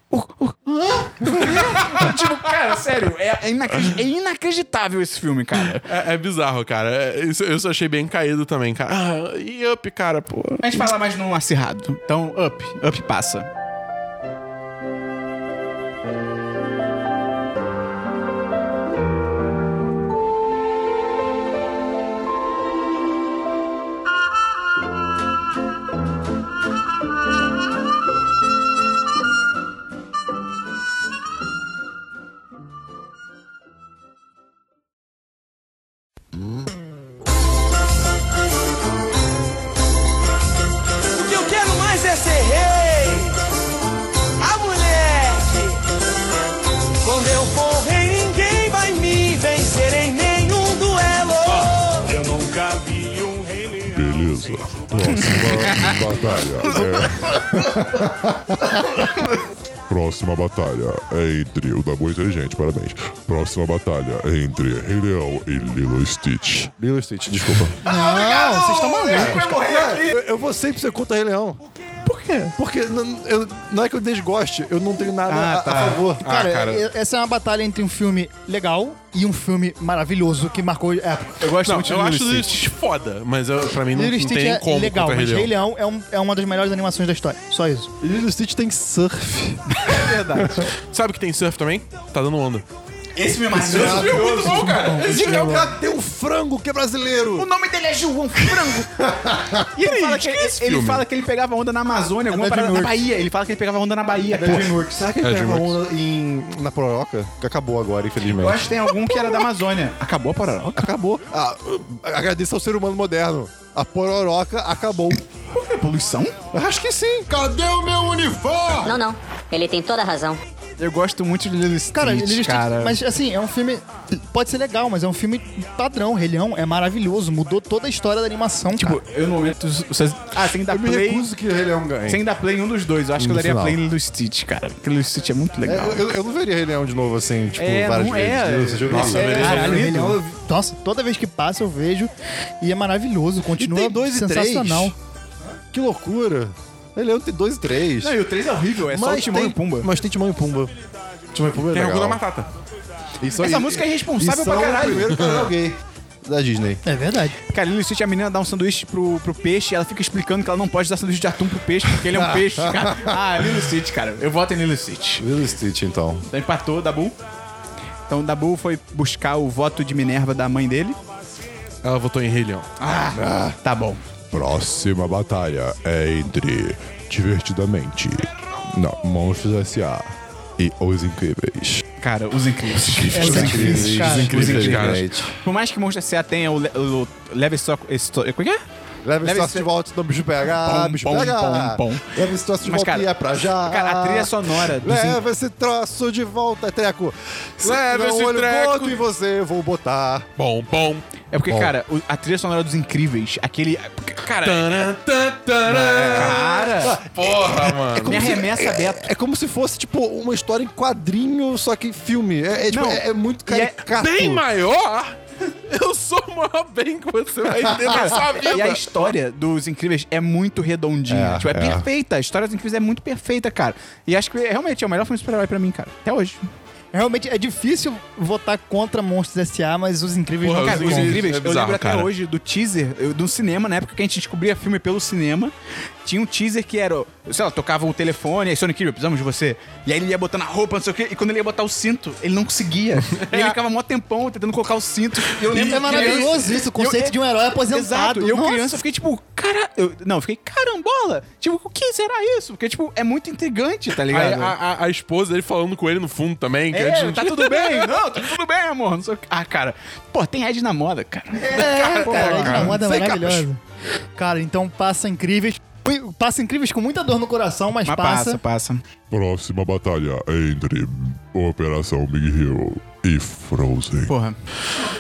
A: o- o- hã? tipo, cara, sério, é, é inacredi- é inacreditável esse filme, cara.
D: É, é bizarro, cara. É, isso, eu só achei bem caído também, cara. Ah, e up, cara, pô.
A: A gente fala mais num acirrado. Então, up, up passa.
G: O que eu quero mais é ser rei. Ah, moleque. Quando eu for rei, ninguém vai me vencer em nenhum duelo. Eu nunca vi um rei leão.
F: Beleza. Próxima batalha é. Próxima batalha é entre. O Dabu é inteligente, parabéns. Próxima batalha é entre Rei Leão e Lilo Stitch.
C: Lilo e Stitch, desculpa.
B: Não, Ah, vocês estão malucos.
C: eu, eu vou sempre ser contra Rei Leão. Por quê? Porque n- eu- não é que eu desgoste, eu não tenho nada a, a favor.
B: Cara,
D: cara.
B: e- essa é uma batalha entre um filme legal e um filme maravilhoso que marcou a época.
A: Eu gosto
D: Não,
A: muito
D: eu
A: de
D: acho
A: Lilo e
D: Lilo
A: Stitch.
D: Stitch foda, mas eu, pra mim não,
B: Lilo
D: não
B: e Stitch
D: tem
B: é
D: como
B: legal,
D: contra
B: mas Rei
D: Rei Leão.
B: Leão é, um- é uma das melhores animações da história. Só isso.
C: Lilo e Stitch tem surf.
D: Sabe que tem surf também? Tá dando onda.
A: Esse filme é maravilhoso.
D: muito bom, cara.
C: Esse é o cara tem um frango que é brasileiro.
A: O nome dele é João Frango. e ele, fala que, é ele,
D: filme.
A: fala que ele pegava onda na Amazônia,
B: da
A: alguma parada na
B: DreamWorks.
A: Bahia. Ele fala que ele pegava onda na Bahia. pô.
C: Será é que ele pega uma onda em, na Pororoca? Que acabou agora,
A: Eu
C: infelizmente.
A: acho que tem algum que era da Amazônia. Acabou a parada.
C: Acabou. Ah, agradeço ao ser humano moderno. A Pororoca acabou.
A: É poluição?
C: Acho que sim.
H: Cadê o meu uniforme?
E: Não, não. Ele tem toda a razão.
A: Eu gosto muito de Lilo Stitch,
B: Cara,
A: cara.
B: Lilo Stitch- mas assim, é um filme. Pode ser legal, mas é um filme padrão. Rei Leão é maravilhoso, mudou toda a história da animação.
A: Tipo,
B: cara.
A: eu no momento... vocês- Ah, tem que dar
C: Eu me
A: play...
C: recuso que o Rei Leão ganhe.
A: Sem dar play em um dos dois. Eu acho que eu
C: No
A: daria
C: final.
A: play em Lilo Stitch, cara. Porque Lilo Stitch é muito
C: É,
A: legal.
C: eu- eu, eu não veria Rei Leão de novo assim, tipo,
A: É,
C: várias
A: não
C: vezes.
A: é.
C: Eu- você já viu
D: Nossa,
C: isso?
D: beleza.
A: Caralho,
B: Rei
A: lindo.
B: Leão, eu- nossa, toda vez que passa eu vejo e é maravilhoso. Continua
C: tem dois e três.
B: sensacional.
C: Que loucura. Rei Leão tem dois e três.
A: Não, e o 3 é horrível. É só o Timão
C: tem,
A: e Pumba.
C: Mas tem Timão e Pumba. Timão e Pumba é
D: Tem
C: legal.
D: Hakuna Matata.
C: Isso aí-
A: Essa múcria música é irresponsável
C: isso
A: pra
C: é o
A: caralho.
C: primeiro canal gay da Disney.
B: É verdade.
A: Cara, Lilo Stitch, a menina dá um sanduíche pro, pro peixe e ela fica explicando que ela não pode dar sanduíche de atum pro peixe porque ele é um peixe, cara. Ah, Lilo Stitch, cara. Eu voto em Lilo Stitch.
C: Lilo Stitch, então.
A: Então empatou, Dabu. Então Dabu foi buscar o voto de Minerva da mãe dele.
D: Ela votou em Rei Leão.
A: Tá bom.
F: Próxima batalha é entre Divertidamente, não, Monstros S.A. e Os Incríveis.
A: Cara, os incríveis.
B: Essa é difícil, cara.
D: Incríveis,
A: Por mais que Monstro S.A. tenha o, le, o Leve Só... Esto- Como é que é?
C: Leve
A: Leve
C: esse troço
A: esse-
C: de volta, não bicho pegar,
A: Pom,
C: bicho
A: pom,
C: pegar.
A: pom, pom.
C: Leve esse troço de
A: Mas,
C: volta
A: cara,
C: e é pra já.
A: cara, a trilha é sonora dos
C: Leva esse troço de volta, é treco. Se
D: Leva
C: tiver um
D: esse
C: olho
D: treco.
C: gordo em você, vou botar.
D: Bom, bom.
A: É porque, cara, o- a trilha sonora dos incríveis, aquele... Cara... é-
D: Tanã, tan, tanã.
A: Cara...
D: Porra, mano.
A: Me
C: É. como se-
A: é arremessa, Beto.
C: É como se fosse, tipo, uma história em quadrinho, só que em filme. É, é, tipo,
A: Não.
C: é- é muito
A: E é
C: caricato.
D: Bem maior? Eu sou o maior bem que você vai ter na sua
A: E a
D: vida.
A: história dos Incríveis é muito redondinha.
C: É,
A: tipo, é,
C: é.
A: perfeita. A história dos Incríveis é muito perfeita, cara. E acho que realmente é o melhor filme de super-herói pra mim, cara. Até hoje.
B: Realmente é difícil votar contra Monstros S.A., mas os incríveis
D: Porra,
B: não
A: Cara,
D: Os
A: Os
D: Incríveis
A: Incríveis,
D: é
A: eu
D: bizarro,
A: lembro até
D: cara.
A: hoje do teaser eu- do cinema, na época que a gente descobria filme pelo cinema. Tinha um teaser que era, sei lá, tocava o telefone, aí Sonic Incrível, precisamos de você. E aí ele ia botando a roupa, não sei o quê, e quando ele ia botar o cinto, ele não conseguia. e ele ficava mó tempão tentando colocar o cinto. E eu lembro
B: É
A: que
B: maravilhoso
A: criança-
B: isso, o conceito
A: eu- é,
B: de um herói aposentado.
A: Exato. E eu
B: Nossa.
A: criança eu fiquei tipo, cara, eu, não, eu fiquei carambola. Tipo, o que será isso? Porque tipo, é muito intrigante, tá
D: Aí
A: ligado?
D: a, a- a esposa dele falando com ele no fundo também. Que antes
A: É,
D: não
A: tá
D: tinha-
A: tudo bem, não, tá tudo bem, amor. Não sei o que. Ah, cara, pô, tem Ed na moda, cara.
B: É, cara,
A: cara.
B: a moda é
A: Sem
B: maravilhosa. Cara, então passa incríveis. Ui, Passa incríveis com muita dor no coração, mas,
A: Mas
B: passa.
A: passa, passa.
F: Próxima batalha é entre Operação Big Hero e Frozen.
A: Porra.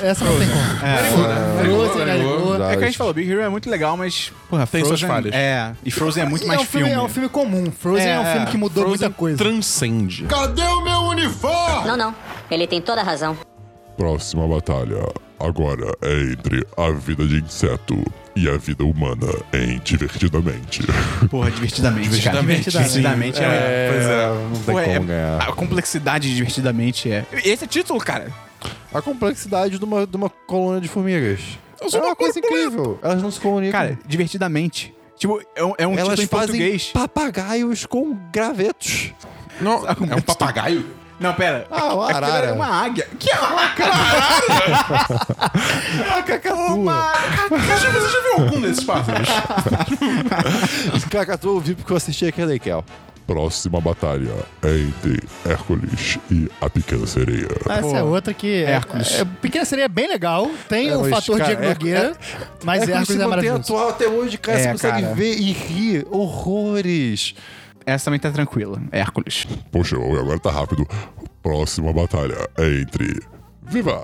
B: Essa não tem como.
C: É,
B: Frozen, Arigô.
A: É que a gente falou, Big Hero é muito legal, mas, porra,
D: Tem
A: Frozen,
D: suas falhas.
A: É, e Frozen é muito
B: E
A: mais
B: é um filme,
A: filme.
B: É um filme comum. Frozen é, um
A: É,
B: filme que mudou
D: Frozen
B: muita coisa.
D: Transcende.
H: Cadê o meu uniforme?
E: Não, não. Ele tem toda a razão.
F: Próxima batalha agora é entre a vida de inseto e a vida humana em Divertidamente.
A: Porra, divertidamente, divertidamente cara. Divertidamente. é.
D: Pois é.
C: Não tem
A: Porra, é-
C: como ganhar.
A: a complexidade de divertidamente é. Esse é título, cara.
C: A complexidade de uma, de uma colônia de formigas. é uma coisa incrível. Elas não se comunicam.
A: Cara, divertidamente. Tipo, é um, é um
C: elas
A: título em
C: fazem
A: português.
C: papagaios com gravetos.
D: Não, é um papagaio?
A: Não, pera.
C: Ah, uma
A: Aquilo
C: arara.
A: era uma águia. Que é uma
C: Cacatua.
D: Você já viu algum desses pássaros?
C: Cacatua eu vi porque eu assisti aquele Kel.
F: Próxima batalha é entre Hércules e a Pequena Sereia.
B: Ah, Essa é outra que. é-
A: Hércules.
B: É, Pequena Sereia é bem legal. Tem
C: É,
B: o
C: mas,
B: fator
C: cara,
B: Diego
C: é-
B: Nogueira, mas Hércules é maravilhoso.
C: atual até hoje, cara.
A: É,
C: você consegue
A: cara.
C: ver e rir horrores.
A: Essa também tá tranquila. Hércules.
F: Poxa, agora tá rápido. Próxima batalha é entre Viva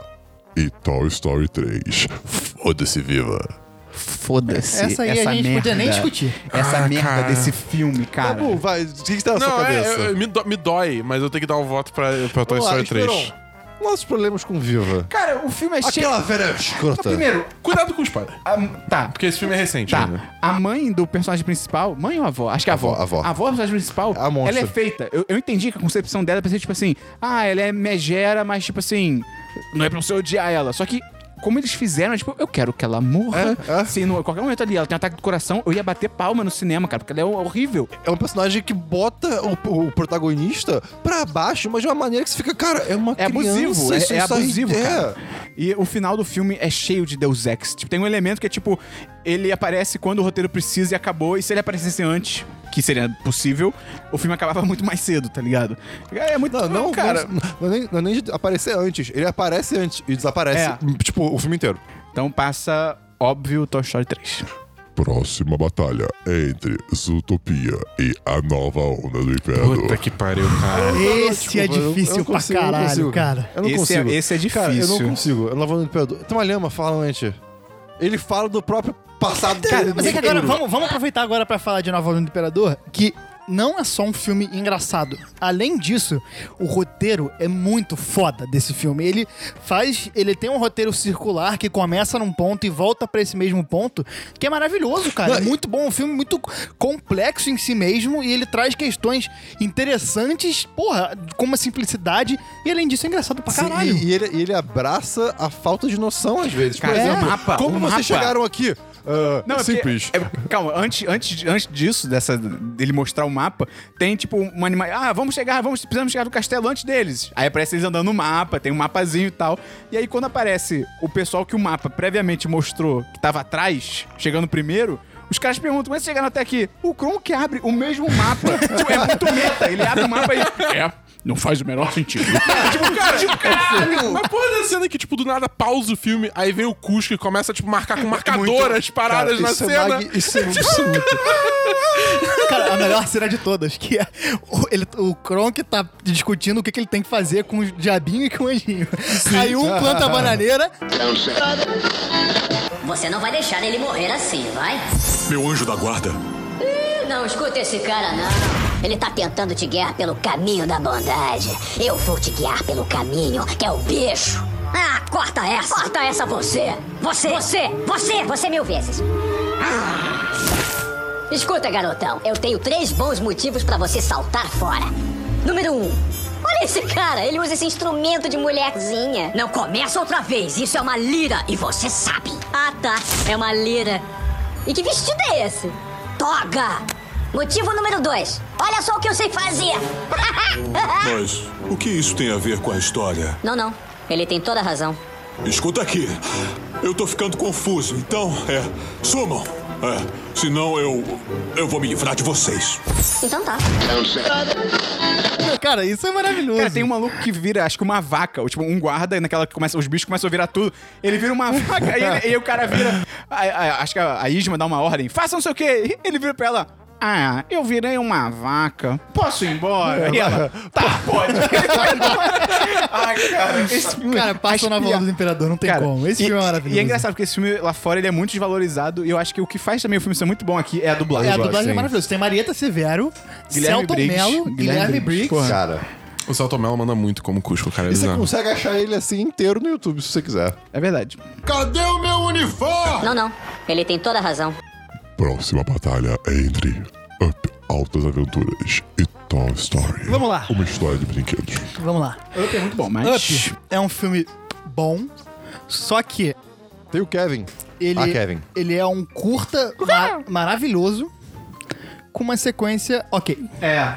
F: e Toy Story 3. Foda-se, Viva.
A: Foda-se.
B: Essa aí a gente podia nem discutir.
A: Essa
D: Ah,
A: merda
D: cara.
A: desse filme, cara.
C: Dabu, vai. O que, que tá na sua
D: Não, é,
C: cabeça?
D: é, me, dó- me dói, mas eu tenho que dar o voto pra, pra Toy
C: Vamos lá,
D: Story 3.
C: Esperon. Nossos problemas com Viva.
A: Cara, o filme é cheio.
C: Aquela velha escrota.
A: Primeiro,
D: Cuidado com os padres.
A: a... tá.
D: Porque esse filme é recente.
A: Tá,
D: ainda.
A: a mãe do personagem principal, mãe ou avó? Acho que é a avó.
C: Avó, avó.
A: A avó do personagem principal,
C: A monstra.
A: ela é feita. Eu, eu entendi que a concepção dela pra ser tipo assim, ah, ela é megera, mas tipo assim, não é pra você odiar ela. Só que, como eles fizeram, é tipo, eu quero que ela morra.
C: É, é.
A: Se no, qualquer momento ali ela tem um ataque do coração, eu ia bater palma no cinema, cara, porque ela é horrível.
C: É um personagem que bota o, o protagonista pra baixo, mas de uma maneira que você fica, cara, é uma
A: É
C: criança.
A: abusivo, é,
C: isso
A: é
C: só-
A: abusivo,
C: é.
A: cara. E o final do filme é cheio de Deus Ex. Tipo, tem um elemento que é tipo, ele aparece quando o roteiro precisa e acabou, e se ele aparecesse antes, que seria possível, o filme acabava muito mais cedo, tá ligado? É muito
C: Não, não,
A: cara.
C: cara. Não, é nem, não é nem de aparecer antes. Ele aparece antes e desaparece,
A: É.
C: tipo, o filme inteiro.
A: Então passa, óbvio, Toy Story 3.
F: Próxima batalha é entre Zootopia e a nova onda do inferno.
D: Puta que pariu, cara.
B: Esse é
C: Desculpa, tipo, eu- eu não
B: difícil pra
C: consigo, eu não
B: caralho,
C: consigo.
B: cara.
C: Eu não
A: Esse é-
C: consigo.
A: esse é
C: Cara, eu
A: difícil.
C: não consigo. Eu não vou no imperador. Tem uma lhama falante. Ele fala do próprio passado dele.
B: Mas é que agora, vamos, vamos aproveitar agora pra falar de Nova Ordem do Imperador, que não é só um filme engraçado. Além disso, o roteiro é muito foda desse filme. Ele faz, ele tem um roteiro circular que começa num ponto e volta pra esse mesmo ponto, que é maravilhoso, cara. é muito bom, um filme muito complexo em si mesmo e ele traz questões interessantes, porra, com uma simplicidade e além disso é engraçado pra
C: Sim,
B: caralho.
C: E, e ele, e ele abraça a falta de noção às vezes. Por
B: é
A: Cara,
C: exemplo,
A: um mapa,
C: como
A: um
C: vocês
A: mapa.
C: chegaram aqui? Ah,
A: Não, é porque-
C: simples.
A: é porque- calma, antes, antes, antes disso, dessa, dele mostrar o mapa, tem tipo um animal. Ah, vamos chegar, vamos, precisamos chegar no castelo antes deles. Aí aparece eles andando no mapa, tem um mapazinho e tal. E aí quando aparece o pessoal que o mapa previamente mostrou que tava atrás, chegando primeiro. Os caras perguntam, como é que chegaram até aqui? O Kron que abre o mesmo mapa. tipo, é muito meta. Ele abre o mapa e. É, não faz o menor sentido.
D: tipo, cara, tipo, caralho! Mas porra da cena que, tipo, do nada pausa o filme, aí vem o Cusco e começa, tipo, marcar com marcador as paradas
C: É Cara,
D: na
C: isso é
D: cena.
C: mag- isso é absurdo.
B: Cara, a melhor cena de todas, que é o, ele, o Kronk tá discutindo o que, que ele tem que fazer com o diabinho e com o anjinho. Aí um planta a bananeira,
E: Você não vai deixar ele morrer assim, vai?
F: Meu anjo da guarda.
E: Não escuta esse cara, não. Ele tá tentando te guiar pelo caminho da bondade. Eu vou te guiar pelo caminho, que é o bicho. Ah, corta essa! Corta essa você! Você! Você! Você! Você mil vezes! Escuta, garotão, eu tenho três bons motivos pra você saltar fora. Número um. Olha esse cara, ele usa esse instrumento de mulherzinha. Não começa outra vez, isso é uma lira e você sabe. Ah, tá, é uma lira. E que vestido é esse? Toga! Motivo número dois. Olha só o que eu sei fazer.
F: Mas o que isso tem a ver com a história?
E: não, não, ele tem toda a razão.
F: Escuta aqui. Eu tô ficando confuso, então, é. Sumam! É. Senão eu. Eu vou me livrar de vocês.
E: Então tá.
B: cara, isso é maravilhoso.
A: Cara, tem um maluco que vira, acho que uma vaca, ou tipo, um guarda, e naquela que começa, os bichos começam a virar tudo. Ele vira uma vaca, e, ele- e o cara vira. a- a- acho que a, a Isma dá uma ordem: faça não sei o quê. E ele vira pra ela. Ah, eu virei uma vaca. Posso ir embora? E ela, tá, pode. Ai, cara. Esse filme-
B: Cara, passa na volta do Imperador, não tem
A: um- Cara,
B: como. Esse
A: e-
B: filme é maravilhoso.
A: E é engraçado, porque esse filme lá fora ele é muito desvalorizado. E eu acho que o que faz também o filme ser muito bom aqui é a dublagem.
B: É, a dublagem é
A: Sim.
B: maravilhosa. Tem Marieta Severo,
A: Guilherme
B: Celton
A: Briggs.
B: Mello,
A: Guilherme
B: Guilherme
A: Briggs.
B: Briggs.
A: Porra.
C: Cara,
D: O Celto Mello manda muito como Cusco, cara.
C: e você
D: bizarro.
C: consegue achar ele assim inteiro no YouTube, se você quiser.
A: É verdade.
H: Cadê o meu uniforme?
E: Não, não, ele tem toda a razão.
F: Próxima batalha é entre Up Altas Aventuras e Toy Story.
B: Vamos lá.
F: Uma história de brinquedos.
B: Vamos lá.
A: Up é muito bom, mas.
B: Up é um filme bom, só que
C: Tem o Kevin.
B: ele,
C: Ah, Kevin.
B: ele é um curta ma- maravilhoso com uma sequência ok.
A: É.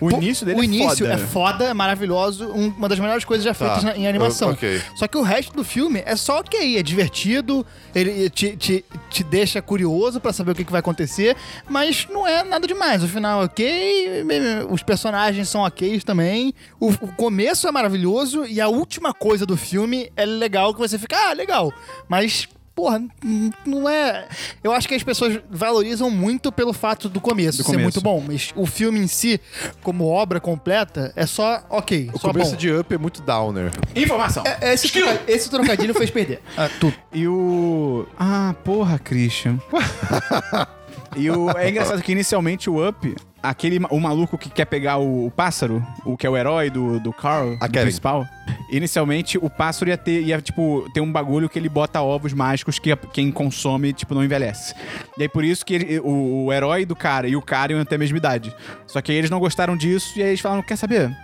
A: O
B: Pô,
A: início dele
B: o
A: é
B: início
A: foda. Tá,
B: é foda, é maravilhoso, um- uma das melhores coisas já feitas na- em animação.
C: Ah, ok.
B: Só que o resto do filme é só ok, é divertido, ele te, te, te deixa curioso pra saber o que, que vai acontecer, mas não é nada demais. O final é ok, os personagens são ok também, o, o começo é maravilhoso e a última coisa do filme é legal que você fica, ah, legal, mas. Porra, n- não é. Eu acho que as pessoas valorizam muito pelo fato do começo,
A: Do
B: ser
A: começo.
B: muito bom, mas o filme em si, como obra completa, é só ok,
C: O
B: só
C: começo
B: bom. É,
C: de Up é muito downer.
A: Informação.
B: Esse, troca- esse trocadilho fez perder. Ah, tu-
A: E o. Ah, porra, Christian. e o. É engraçado que inicialmente o Up, aquele ma- o maluco que quer pegar o, o pássaro, o que é o herói do, do Carl, do
C: Kevin.
A: principal. Inicialmente, o pássaro ia ter, ia, tipo, ter um bagulho que ele bota ovos mágicos que a- quem consome, tipo, não envelhece. E aí, por isso que ele- o, o herói do cara e o cara iam ter a mesma idade. Só que aí eles não gostaram disso e aí eles falaram, quer saber?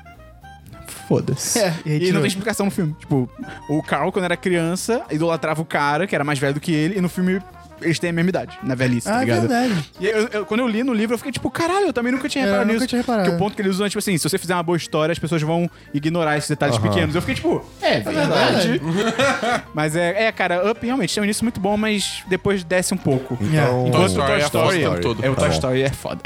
A: Foda-se.
B: É, e aí
A: e
B: tirou.
A: não tem explicação no filme. Tipo, o Carl, quando era criança, idolatrava o cara, que era mais velho do que ele, e no filme eles têm a mesma idade, na velhice, tá
B: Ah, é
A: ligado?
B: verdade.
A: E eu- eu- quando eu li no livro, eu fiquei tipo, caralho, eu também nunca tinha
B: É,
A: reparado
B: eu nunca
A: nisso.
B: tinha reparado.
A: Que o ponto que eles usam é tipo assim, se você fizer uma boa história, as pessoas vão ignorar esses detalhes pequenos. Eu fiquei tipo, é verdade. mas é, é, cara, Up realmente tem um início muito bom, mas depois desce um pouco.
C: Então,
D: Toy
A: Enquanto o Toy
D: Story é
A: Story,
D: foda o tempo todo.
A: é o Toy
D: Tá bom.
A: Story é foda.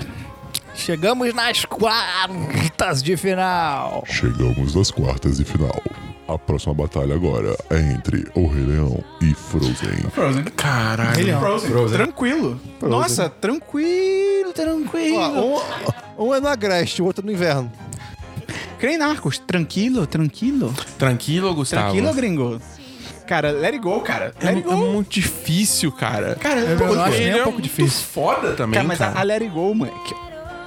B: Chegamos nas quartas de final.
F: Chegamos nas quartas de final. A próxima batalha agora é entre O Rei Leão e Frozen.
A: Frozen.
D: Caralho.
A: Frozen. é. Tranquilo. Nossa, tranquilo, tranquilo.
C: Um, um é no agreste, o outro é no inverno.
A: Creio Narcos. Tranquilo, tranquilo.
B: Tá
D: Tranquilo, Gustavo.
A: Tranquilo, gringo. Cara, let it go, cara.
D: É,
A: Let it
D: mu-
A: go.
D: Tá, é muito difícil, cara.
A: Cara,
D: é,
A: pô, eu acho
B: nem um
D: é
B: pouco
D: muito
B: difícil.
D: foda também,
A: Cara,
D: cara.
A: mas a, a Let It Go, moleque.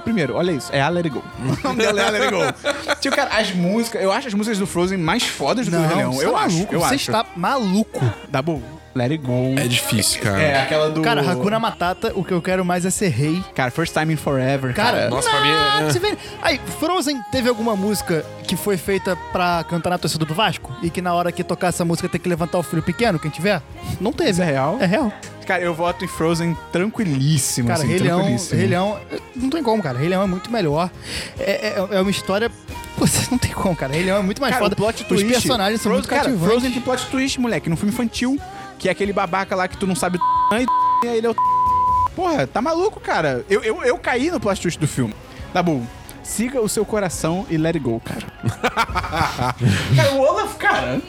A: Primeiro, olha isso, é a Let It Go. O nome dela é a Let It Go. Tipo, cara, as músicas, eu acho as músicas do Frozen mais fodas do que o Rei Leão.
B: você
A: Eu
B: tá
A: acho,
B: maluco,
A: eu
B: você
A: acho.
B: está maluco.
A: Dá bom. Let It Go.
D: É difícil, cara.
A: É, aquela do.
B: Cara, Hakuna Matata, o que eu quero mais é ser rei.
A: Cara, First Time in Forever.
B: Cara,
D: Nossa, pra mim é-
B: não, se vê- Aí, Frozen teve alguma música que foi feita pra cantar na torcida do Vasco? E que na hora que tocar essa música tem que levantar o filho pequeno, quem tiver? Não teve.
A: Isso é real?
B: É real.
A: Cara, eu voto em Frozen tranquilíssimo.
B: Cara,
A: assim,
B: Rei, Leão,
A: tranquilíssimo.
B: Rei Leão. Não tem como, cara. Rei Leão é muito melhor. É, é, é uma história. Pô, não tem como, cara. Rei Leão é muito mais
A: Cara,
B: foda.
A: o plot
B: Os
A: twist.
B: personagens são muito
A: Frozen, cara,
B: cativantes.
A: Frozen tem plot twist, moleque, num filme infantil, que é aquele babaca lá que tu não sabe o e e aí ele é o Porra, tá maluco, cara. Eu, eu, eu caí no plot twist do filme. Tá bom. Siga o seu coração e let it go, cara. cara, o Olaf, cara.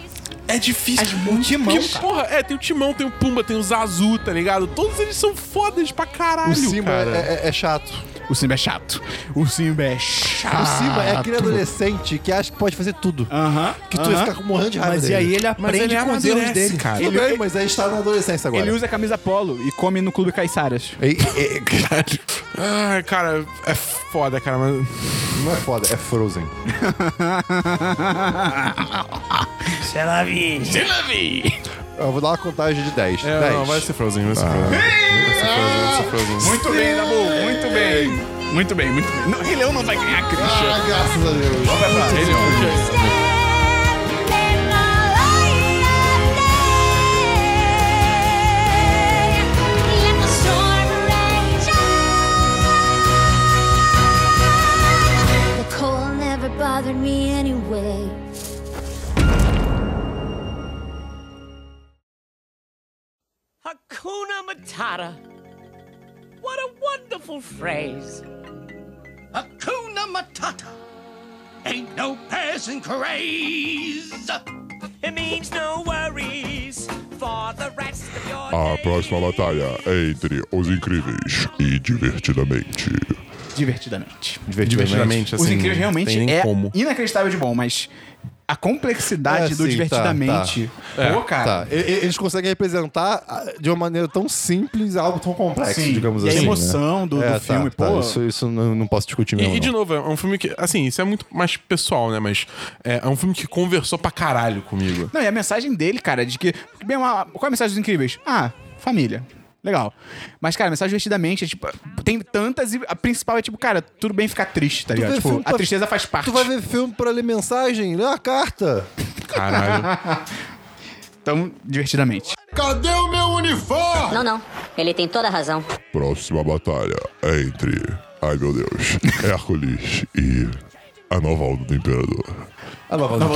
D: É difícil.
B: um timão,
D: Porque, porra, é, tem o Timão, tem o Pumba, tem o Zazu, tá ligado? Todos eles são fodas pra caralho,
C: O Simba
D: cara.
C: é, é- é chato.
A: O Simba é chato. O Simba é chato.
B: Ah,
C: O Simba é aquele adolescente que acha que pode fazer tudo.
A: Aham.
C: Que tu ia ficar morrendo de raiva
B: Mas e
C: dele.
B: aí ele aprende
D: ele
B: com os erros
D: amadurece,
B: dele. é
D: cara.
C: Tudo bem, mas aí está na adolescência agora.
A: Ele usa a camisa polo e come no Clube Caiçaras.
C: Ei, ei, ei, caralho.
D: Ai, cara, é foda, cara, mas...
C: Não é foda, é Frozen. Eu vou dar uma contagem de 10.
D: É,
C: 10.
D: não, vai ser Frozen, vai ser Frozen. Vai ser Frozen, vai ser Frozen.
A: Muito bem, Dabu. Muito bem. Muito bem, muito bem. Não, Rei Leão não vai ganhar, Christian.
C: Ah, graças a Deus.
J: Bothered me anyway.
G: Hakuna Matata. What a wonderful phrase. Hakuna Matata. Ain't no passing craze. It means no worries for the rest of your
F: A próxima batalha é entre Os Incríveis e Divertidamente.
A: Divertidamente.
D: Divertidamente, assim,
A: Os Incríveis realmente
D: tem nem
A: é
D: como.
A: inacreditável de bom, mas a complexidade
C: É,
A: do
C: sim,
A: Divertidamente. Pô, cara.
C: Tá, e- e- eles conseguem representar ah, de uma maneira tão simples algo tão complexo,
A: Sim,
C: digamos
A: e a
C: assim.
A: emoção do- do
C: É, tá,
A: filme,
C: tá,
A: pô.
C: Isso, isso não, não posso discutir
D: E,
C: mesmo.
D: e de
C: não.
D: novo, é um filme que. Assim, isso é muito mais pessoal, né? Mas é, é um filme que conversou pra caralho comigo.
A: Não, e a mensagem dele, cara, de que. Bem, uma- qual é a mensagem dos Incríveis? Ah, família. Legal. Mas, cara, a mensagem divertidamente é tipo. Tem tantas e a principal é tipo, cara, tudo bem ficar triste, tá ligado?
C: vê
A: Tipo,
C: filme
A: a
C: pra-
A: tristeza faz parte.
C: É,
A: Tá,
C: Tu vai ver filme pra ler mensagem? Lê uma carta.
D: Caralho.
A: Então, divertidamente.
H: Cadê o meu uniforme?
E: Não, não. Ele tem toda a razão.
F: Próxima batalha é entre. Ai meu Deus. Hércules e. A nova onda do Imperador.
C: Ah, não, não,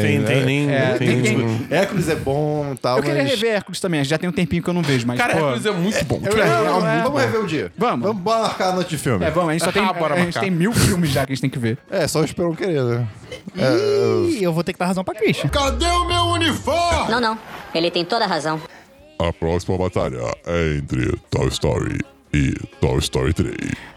D: Tem, tem nem.
A: É,
D: tem, nem-
A: tem-
C: Tá, né? Hércules é bom e tal,
A: Eu queria
C: mas-
A: rever Hércules também, já tem um tempinho que eu não vejo, mas.
D: Cara,
A: pô,
D: Hércules é muito bom.
A: eu-
D: Tipo,
A: eu-
D: é
A: eu-
D: um-
A: é.
C: Vamos rever um dia.
A: Vamos.
C: Vamos bora marcar a noite de filme.
A: É, vamos, a gente só tem,
D: Ah, bora
A: a gente
D: marcar.
A: tem mil filmes já que a gente tem que ver.
C: É, só esperam querer, né?
B: Ih, eu vou ter que dar razão pra Christian.
H: Cadê o meu uniforme?
E: Não, não. Ele tem toda a razão.
F: A próxima batalha é entre Toy Story e Toy Story 3.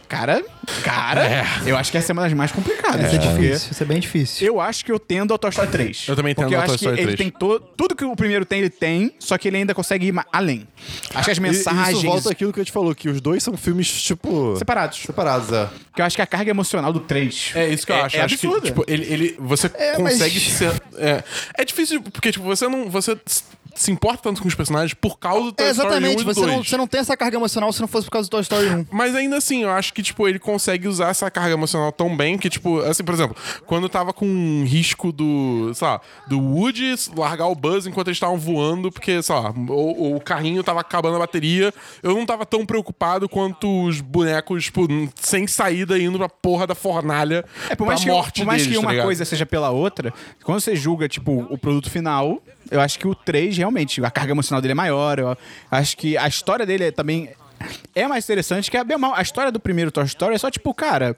A: Cara, cara, eu acho que essa é uma das mais complicadas.
B: Isso é
A: porque
B: difícil, isso é bem difícil.
A: Eu acho que eu tendo ao Toy Story 3.
D: Eu também
A: Porque
D: tendo
A: eu
D: ao
A: acho
D: Toy Story
A: que ele
D: 3.
A: tem to- tudo que o primeiro tem, ele tem, só que ele ainda consegue ir ma- além. Acho que as
C: E-
A: mensagens.
C: Isso volta àquilo que eu te falou, que os dois são filmes, tipo...
A: Separados.
C: Separados, é.
A: Porque eu acho que a carga emocional do 3.
D: É isso que eu acho.
A: É
D: Eu acho
A: absurda.
D: que, tipo, ele, ele- você
B: mas-
D: consegue ser. É, é difícil, porque, tipo, você não. Você s- se importa tanto com os personagens por causa do Toy
B: É,
D: Story 1
B: exatamente,
D: e
B: você
D: 2.
B: não, você não tem essa carga emocional se não fosse por causa do Toy Story 1.
D: Mas ainda assim, eu acho que, tipo, ele consegue usar essa carga emocional tão bem que, tipo, assim, por exemplo, quando eu tava com um risco do, sei lá, do Woody largar o Buzz enquanto eles estavam voando, porque, sei lá, o, o carrinho tava acabando a bateria, eu não tava tão preocupado quanto os bonecos, tipo, sem saída indo pra porra da fornalha
A: É, por
D: pra
A: mais, que,
D: morte
A: por mais
D: deles,
A: que
D: tá
A: uma
D: ligado?
A: coisa seja pela outra, quando você julga, tipo, o produto final, eu acho que o 3 realmente, a carga emocional dele é maior. Eu acho que a história dele é também é mais interessante que a bem ou mal. A história do primeiro Toy Story é só tipo, cara,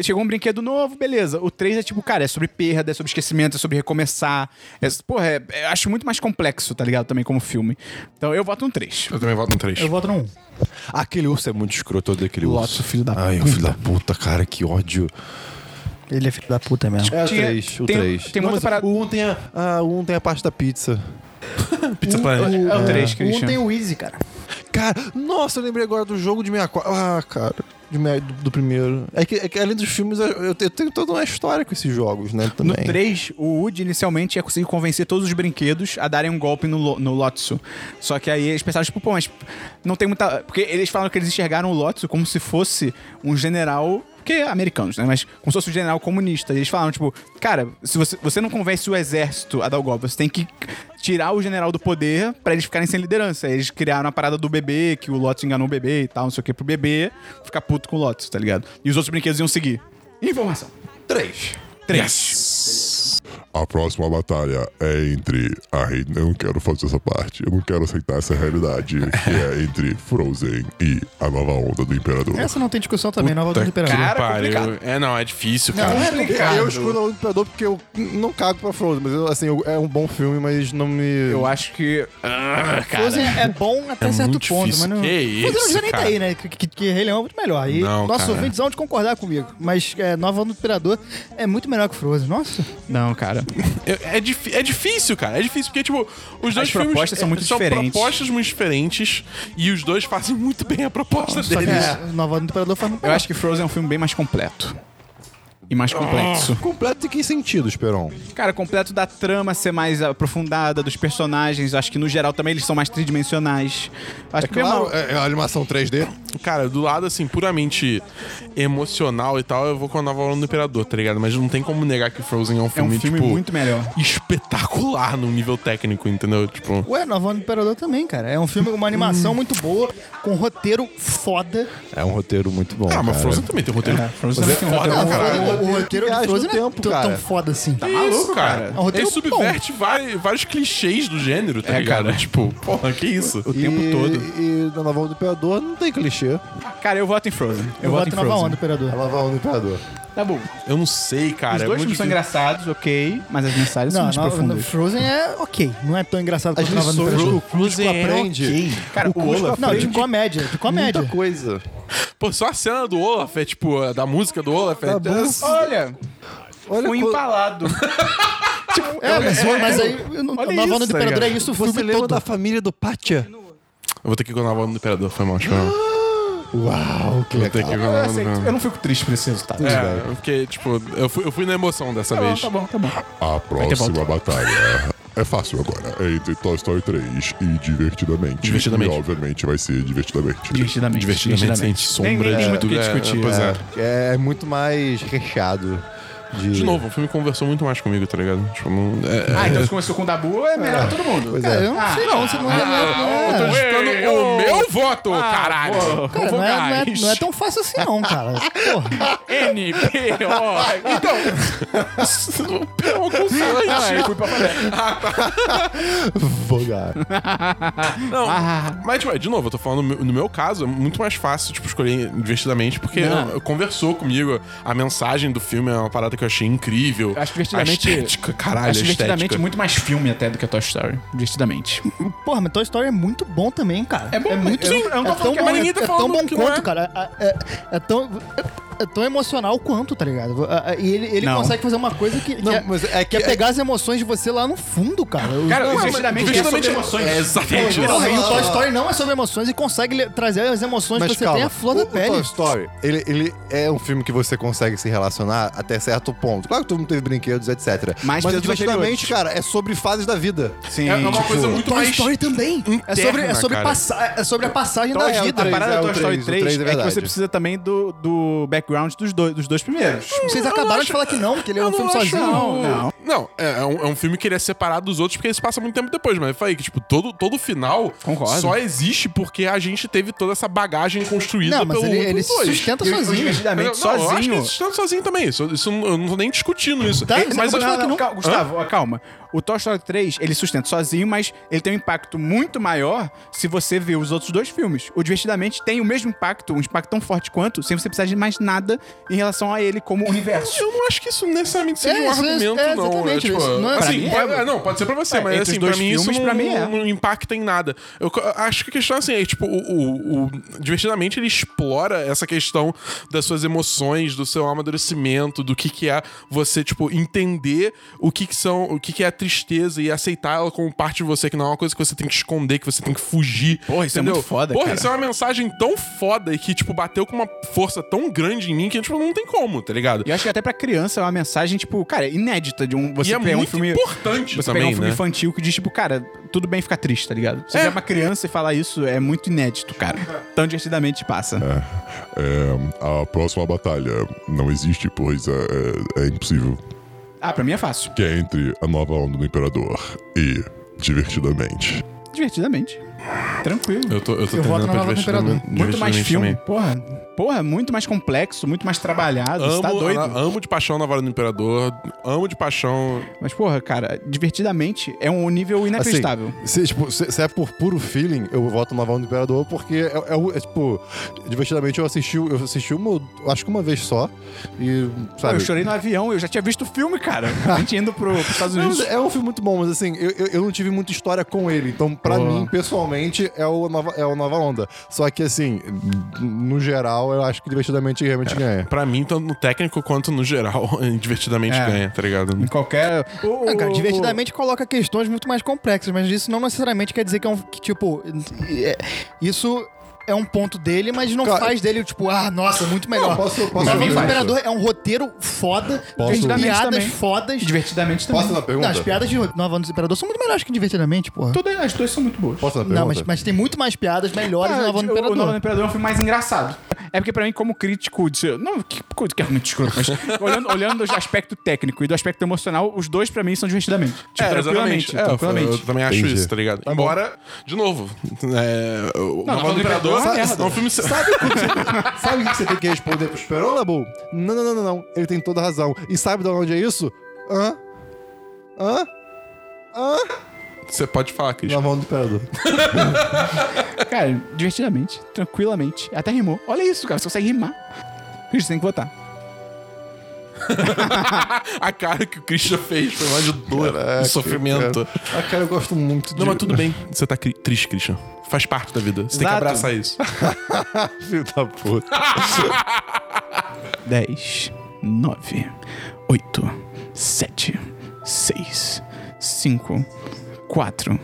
A: chegou um brinquedo novo, beleza. O 3 é tipo, cara, é sobre perda, é sobre esquecimento, é sobre recomeçar. É, porra, é- é- acho muito mais complexo, tá ligado? Também como filme. Então eu voto um 3.
D: Eu também voto no 3.
B: Eu voto
A: um.
B: no 1.
C: Aquele urso é muito escroto, todo aquele
A: Lotus,
C: urso.
A: filho da
C: Ai, o
A: puta.
C: filho da puta, cara, que ódio.
B: Ele é filho da puta mesmo.
C: É o
A: Tinha-
C: 3, o
A: tem-
C: 3.
A: tem uma outra parada-
C: O 1 tem a, ah, o um tem a parte da pizza.
D: Pizza Planet.
A: É o 3,
B: O 1
A: Christian.
B: tem o Easy, cara.
C: Cara, nossa, eu lembrei agora do jogo de 64. Ah, cara. de me- Do, do primeiro. É que, é que além dos filmes, eu, eu tenho- eu tenho toda uma história com esses jogos, né?
A: No
C: Também.
A: 3, o Woody inicialmente ia conseguir convencer todos os brinquedos a darem um golpe no, lo- no Lotso. Só que aí eles pensaram, tipo, pô, mas não tem muita. Porque eles falaram que eles enxergaram o Lotso como se fosse um general. Porque é americanos, né? Mas como se fosse um general comunista. E eles falaram, tipo, cara, se você, você não convence o exército a dar o golpe, você tem que tirar o general do poder pra eles ficarem sem liderança. Aí Eles criaram a parada do bebê, que o Lotso enganou o bebê e tal, não sei o que, pro bebê ficar puto com o Lotso, tá ligado? E os outros brinquedos iam seguir. Informação.
C: 3.
A: 3.
F: A próxima batalha é entre. Ai, eu não quero fazer essa parte. Eu não quero aceitar essa realidade. Que é entre Frozen e a nova onda do Imperador.
B: Essa não tem discussão também, nova do Imperador.
D: Cara,
A: complicado.
D: pariu. É, não, é difícil, cara.
C: Eu escolho o Imperador porque eu não cago pra Frozen, mas eu, assim, eu- é um bom filme, mas não me.
A: Eu acho que. Ah, cara.
B: Frozen é bom até certo
D: muito
B: ponto,
D: difícil.
B: mas não.
D: Que
B: Frozen não
D: isso,
B: precisa nem tá
D: cara.
B: aí, né? Que, que, que Rei Leão é muito melhor. E
D: Não,
B: nossos
D: cara.
B: ouvintes vão de concordar comigo. Mas é, Nova do Imperador é muito melhor que Frozen. Nossa.
A: Não, cara.
D: Eu- É, difí- é difícil, cara. É difícil, porque, tipo, os dois filmes.
A: propostas são
D: é,
A: muito diferentes.
D: propostas muito diferentes e os dois fazem muito bem a proposta
B: Só que
D: deles.
B: Nova do Imperador faz muito
A: Eu
B: melhor.
A: acho que Frozen é um filme bem mais completo. E mais complexo.
C: Completo em que sentido, Esperon?
A: Cara, completo da trama ser mais aprofundada, dos personagens. Acho que no geral também eles são mais tridimensionais. Acho que bem mal-
C: é, é a animação 3D.
D: Cara, do lado, assim, puramente emocional e tal, eu vou com a nova Onda do Imperador, tá ligado? Mas não tem como negar que Frozen é um
A: é um
D: filme,
A: filme
D: tipo,
A: muito melhor.
D: espetacular no nível técnico, entendeu? Tipo.
B: Ué, Nova do Imperador também, cara. É um filme, uma animação muito boa, com um roteiro foda.
C: É um roteiro muito bom.
D: Ah, mas
C: cara.
D: Frozen também tem roteiro.
A: Frozen
D: é
A: também tem um
D: foda,
A: roteiro
D: pra
A: bom.
D: caralho.
B: o, o roteiro
C: Viagem
B: de
C: no
B: Frozen não é
C: tempo,
B: tão-
C: cara.
B: tão foda assim. Tá
D: Isso, cara.
B: É um roteiro
D: Ele subverte vari- vários clichês do gênero, tá
A: É,
D: ligado?
A: cara.
D: Tipo, porra, que isso?
A: o tempo
C: e,
A: todo.
C: E na Nova Onda do Imperador não tem clichê.
A: Cara, eu voto em Frozen.
B: Eu
A: Eu, voto,
B: voto
A: em
B: Nova
A: Frozen.
B: Onda do Imperador.
C: A Nova Onda do Imperador.
A: Tá bom.
D: Eu não sei, cara.
A: Os
D: é
A: dois
D: muito
A: filmes são
D: difícil.
A: engraçados, ok, mas as mensagens são
B: Não,
A: mais
B: Nova do
A: profundas.
B: Frozen é ok. Não é tão engraçado
C: As
B: quanto Nova do
C: lições que o
B: Imperador.
C: Cusco aprende.
A: Cara, o
C: Cusco
A: Olaf-
B: Não, de
C: aprende
B: comédia, de comédia.
C: muita coisa.
D: Pô, só a cena do Olaf é tipo, a da música do Olaf.
A: Tá
D: é,
C: bom.
A: Olha,
C: Então, Olha
A: Ah, fui
C: co-
A: empalado.
B: É, mas, mas aí eu não- Nova
A: Olha isso,
B: Onda do
A: tá
B: Imperador é
A: ligado?
B: isso o
C: Você
B: filme
C: lembra
B: todo.
C: da família do Pátia?
D: Eu vou ter que ir com o Nova Onda do Imperador, foi mal, foi mal. Eu
C: Uau, que
D: vou ter que ir com o
A: eu,
D: Nova Onda do
A: aceito. eu
D: Imperador.
A: não fico triste por esse resultado.
D: É, porque, tipo, eu fui, eu fui na emoção dessa
A: Tá bom,
D: vez.
A: tá bom, tá bom.
F: A próxima batalha é fácil agora. É entre Toy Story 3 e Divertidamente.
D: Divertidamente.
F: E obviamente vai ser Divertidamente.
A: Divertidamente.
D: Divertidamente, sem sombra
A: Nem, nem
D: de
A: tem muito o que
D: dúvida.
A: discutir.
D: É, pois é.
C: É, é muito mais recheado. De,
D: De novo, o filme conversou muito mais comigo, tá ligado? Tipo, não. É,
A: Ah, então se começou com o Dabu, é melhor pra todo mundo.
C: Pois
B: Cara,
C: é.
B: eu não sei não, você não é- não é- não é-
D: eu tô digitando o meu voto,
A: Ah,
D: caralho!
B: cara, não é- não é- não é tão fácil assim não, cara. Porra.
A: N, P, O. Então,
D: Não,
A: fui pra falar.
C: Vogar.
D: Não,
B: Ah.
D: mas, tipo, de novo, eu tô falando, no meu- no meu caso, é muito mais fácil, tipo, escolher divertidamente, porque eu- eu conversou comigo. A mensagem do filme é uma parada que eu achei incrível.
A: Acho divertidamente.
D: A estética, caralho,
A: acho
D: a
A: divertidamente
D: estética.
A: muito mais filme até do que a Toy Story. Divertidamente.
B: Porra, mas Toy Story é muito bom também, cara.
A: É bom,
B: muito
A: sim, eu não tô
B: é
A: falando
B: tão
A: que é,
B: bom,
A: mas ninguém
D: tá
B: é tão
D: falando
B: bom
D: que não
B: quanto,
D: é.
B: cara. É, é- é tão... é- é tão emocional quanto, tá ligado? É- é- E ele, ele
A: Não.
B: consegue fazer uma coisa que, que
C: Não,
B: é,
C: mas é
B: que é pegar as emoções de você lá no fundo, cara.
A: Cara,
B: Não, mas-
A: divertidamente,
D: Divertidamente
A: é sobre emoções.
D: É exatamente isso.
B: Porra, e o Toy Story não é sobre emoções e consegue le- trazer as emoções
C: Mas
B: que você
C: calma,
B: tem a flor da
C: o,
B: pele.
C: O Toy Story, ele, ele é um filme que você consegue se relacionar até certo ponto. Claro que todo mundo teve brinquedos, etc.
A: Mas
C: Mas
A: pelos
C: divertidamente, cara, é sobre fases da vida.
A: Sim. tipo,
D: É uma coisa muito
B: Toy
D: mais.
B: Story também. É sobre, é,
D: interna,
B: sobre
D: cara.
B: passa- é sobre a passagem
C: Então
B: da
C: é o
B: vida.
A: a parada
C: é
A: da
C: o
A: Toy Story
C: três, o
A: 3,
C: três é
A: é, que
C: verdade.
A: você precisa também do, do background dos dois, dos dois primeiros.
B: Vocês acabaram de falar que não, que ele é um filme sozinho.
A: não.
D: Não, é, é um, é um filme que ele é separado dos outros porque ele se passa muito tempo depois, mas eu falei que, tipo, todo, todo final
A: Concordo.
D: só existe porque a gente teve toda essa bagagem construída
B: Não, mas
D: pelo
B: ele,
D: um e pelo
B: ele se
D: dois.
B: sustenta
A: E o- o
B: sozinho.
A: Divertidamente
D: Não, Eu acho que
A: sozinho.
D: eles estão sozinhos também. Isso, isso eu não tô nem discutindo isso.
A: é
B: Tá,
D: mas
B: você
D: eu
B: não
D: acho
B: fala que não.
A: Calma, Gustavo, ó, calma. O Toy Story 3, ele sustenta sozinho, mas ele tem um impacto muito maior se você vê os outros dois filmes. O Divertidamente tem o mesmo impacto, um impacto tão forte quanto, sem você precisar de mais nada em relação a ele como universo.
D: Eu não acho que isso necessariamente seja
B: É, isso
D: um
B: é-
D: argumento,
B: é,
D: não.
B: exatamente,
D: tipo,
B: isso não é-
D: assim,
A: Pra mim
D: pode-
A: é.
D: é, não, pode ser pra você,
A: É,
D: mas
A: entre os
D: assim,
A: dois
D: pra mim isso
A: filmes,
D: não,
A: pra mim é.
D: não impacta em nada. Eu co- acho que a questão é assim, é, tipo, o, o- o- divertidamente ele explora essa questão das suas emoções, do seu amadurecimento, do que que é você, tipo, entender o que que são, o que que é a tristeza e aceitar ela como parte de você, que não é uma coisa que você tem que esconder, que você tem que fugir.
A: Porra, isso é
D: entendeu?
A: muito foda,
D: Porra,
A: cara.
D: isso é uma mensagem tão foda e que, tipo, bateu com uma força tão grande em mim que, tipo, não tem como, tá ligado?
A: E eu acho que até pra criança é uma mensagem, tipo, cara, inédita de um. Você
D: E é
A: pegar um
D: muito
A: filme.
D: importante
A: você
D: também,
A: pegar um filme
D: né?
A: infantil que diz, tipo, cara, tudo bem ficar triste, tá ligado? Você
D: É.
A: é. uma criança e falar isso é muito inédito, cara. Tão divertidamente passa.
D: É.
F: É, a próxima batalha não existe, pois é, é- é impossível.
A: Ah, pra mim é fácil.
F: Que é entre a nova onda do Imperador e Divertidamente.
A: Divertidamente. Tranquilo.
D: Eu tô, eu tô
B: Eu voto
D: treinando
B: na
D: pra
B: Nova
D: divertir também-
B: Imperador.
A: Muito mais
D: divertidamente
A: filme.
D: também.
A: Porra, porra, muito mais complexo, muito mais trabalhado.
D: Amo,
A: Você tá doido.
D: a- amo de paixão na Vara do Imperador. Amo de paixão.
A: Mas, porra, cara, divertidamente é um nível
C: Assim,
A: inacreditável.
C: se, tipo, se, se é por puro feeling, eu voto na Nova do Imperador, porque é, é o- é, tipo, divertidamente eu assisti, eu assisti uma, acho que uma vez só. E,
A: Pô,
C: sabe,
A: eu chorei no avião, eu já tinha visto o filme, cara. A gente indo pro, pros Estados
C: Não,
A: Unidos.
C: mas é um filme muito bom, mas assim, eu, eu, eu não tive muita história com ele. Então, pra mim, pessoalmente, é o, nova, é o Nova Onda. Só que, assim, no geral, eu acho que divertidamente realmente ganha.
D: Pra mim, tanto no técnico quanto no geral, divertidamente
A: É.
D: ganha, tá ligado?
A: Em qualquer. O-
B: Ah, cara,
A: o-
B: divertidamente coloca questões muito mais complexas, mas isso não necessariamente quer dizer que é um. Que, tipo, é- isso é um ponto dele, mas não
C: Cara,
B: faz dele, tipo, ah, nossa, muito melhor.
C: posso- posso
B: Nova
C: opinar?
B: do Imperador é um roteiro foda,
C: Posso-
B: tem piadas
A: Divertidamente
B: fodas.
A: Divertidamente também.
C: Posso dar uma
B: Não,
C: pergunta?
B: as piadas de Nova do Imperador são muito melhores que divertidamente, porra.
A: Todas é, as duas são muito boas.
C: Posso dar uma pergunta?
B: Não, mas, mas tem muito mais piadas melhores
A: Ah,
B: no Nova
A: de-
B: do
A: o Nova do
B: Imperador.
A: Imperador é um filme mais engraçado. É porque, pra mim, como crítico, de, não, que coisa que é muito escroto, mas olhando, olhando do aspecto técnico e do aspecto emocional, os dois, pra mim, são divertidamente. Tipo, tranquilamente.
D: É,
A: tranquilamente.
D: eu também acho
C: Entendi.
D: isso, tá ligado? Embora, de novo, é, o
A: Não,
D: Nova do
A: Nova
D: Imperador
A: Imperador é uma
D: é
A: merda.
D: um filme.
C: Sabe o que você- sabe o que você tem que responder pro Esperon, Bull? Não, não, não, não, não. Ele tem toda a razão. E sabe de onde é isso? Hã? Hã?
D: Você pode falar, Cris.
C: Nova Onda do Imperador.
A: Cara, divertidamente, tranquilamente. Até rimou. Olha isso, cara. Você consegue rimar. Cris, tem que votar.
D: A cara que o Christian fez foi uma de dor, de sofrimento.
C: Ah, cara, eu gosto muito de...
D: Não, mas tudo bem. Você tá cri- triste, Christian. Faz parte da vida. Você tem que
A: Exato.
D: abraçar isso.
C: Filho da puta.
A: 10, 9, 8, 7, 6, 5, 4.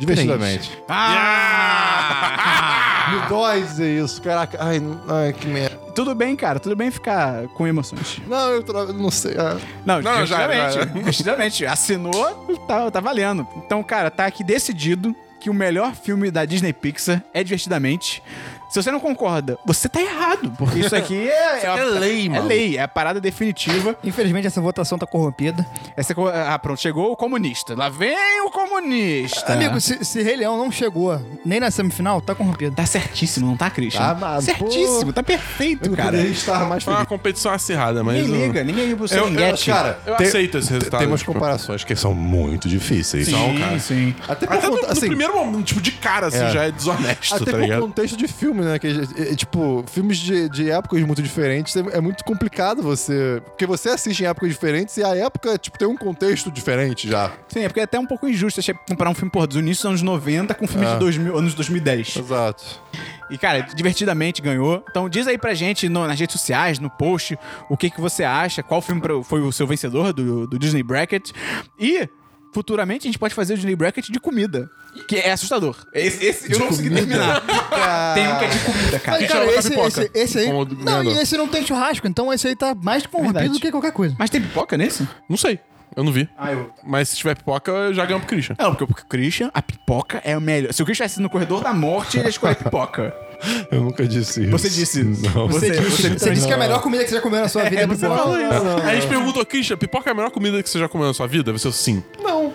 C: Divertidamente.
A: Ah!
C: Me dói dizer é isso, caraca. Ai, n- ai, que merda.
A: Tudo bem, cara. Tudo bem ficar com emoções.
C: Não, eu, tra... eu não sei. Ah.
A: Não,
D: Não, já era,
A: definitivamente.
D: já era.
A: definitivamente. Assinou, tá, tá valendo. Então, cara, tá aqui decidido que o melhor filme da Disney Pixar é Divertidamente. Se você não concorda, você tá errado, porque isso aqui é... é, uma-
D: lei,
A: É
D: mano.
A: lei, é a parada definitiva.
B: Infelizmente, essa votação tá corrompida.
A: Essa, co- ah, pronto, chegou o comunista. Lá vem o comunista.
B: Amigo, se, se Rei Leão não chegou nem na semifinal, tá corrompido.
A: Tá certíssimo, não tá, Christian?
C: Tá, mas,
A: certíssimo,
C: pô,
A: tá perfeito,
C: Eu
A: cara.
C: poderia estar mais
D: Foi uma
C: feliz.
D: competição acirrada, mas.
A: Ninguém
D: não-
A: liga, ninguém liga pro
D: Eu- eu-
A: Serengeti.
C: Cara,
D: Eu
C: tem-
D: aceito esse resultado.
C: Tem umas
D: tipo.
C: comparações que são muito difíceis.
A: sim, sim.
C: Até por,
D: Até no,
C: conta-
D: no
C: assim,
D: primeiro momento, tipo, de cara, assim,
C: É.
D: já é desonesto,
C: até
D: tá
C: por
D: ligado?
C: contexto de filme, né? Que, é, é, tipo, filmes de, de épocas muito diferentes, é, é muito complicado você... Porque você assiste em épocas diferentes e a época, tipo, tem um contexto diferente já.
A: Sim, é porque é até um pouco injusto você comparar um filme, porra, dos inícios dos anos 90 com um filme de 2000, anos 2010.
C: Exato.
A: E, cara, divertidamente ganhou. Então diz aí pra gente no- nas redes sociais, no post, o que, que você acha, qual filme pra- foi o seu vencedor do, do Disney Bracket. E, futuramente, a gente pode fazer o Disney Bracket de comida. Que é assustador. Esse, esse eu não consegui terminar. Tem um que é de comida, cara.
B: Mas, cara,
D: ela na
B: esse,
D: pipoca.
B: esse, esse aí.
D: Com o
B: Não,
D: ganhador.
B: e esse não tem churrasco, então esse aí tá mais corrompido
A: Verdade.
B: do que qualquer coisa.
A: Mas tem pipoca nesse?
D: Não sei. Eu não vi.
A: Ah, eu-
D: Mas se tiver pipoca, eu já ganho pro Christian.
A: Não, porque o Christian, a pipoca é o melhor. Se o Christian estivesse no corredor da morte, ele ia escolher pipoca.
C: Eu nunca disse isso.
A: Você disse é isso.
C: Não.
A: Você,
B: Você,
A: você
B: disse que é a melhor comida que você já comeu na sua vida é,
A: você
B: pipoca.
A: falou isso.
D: Aí a gente perguntou, Christian, pipoca é a melhor comida que você já comeu na sua vida? Você falou sim.
A: Não,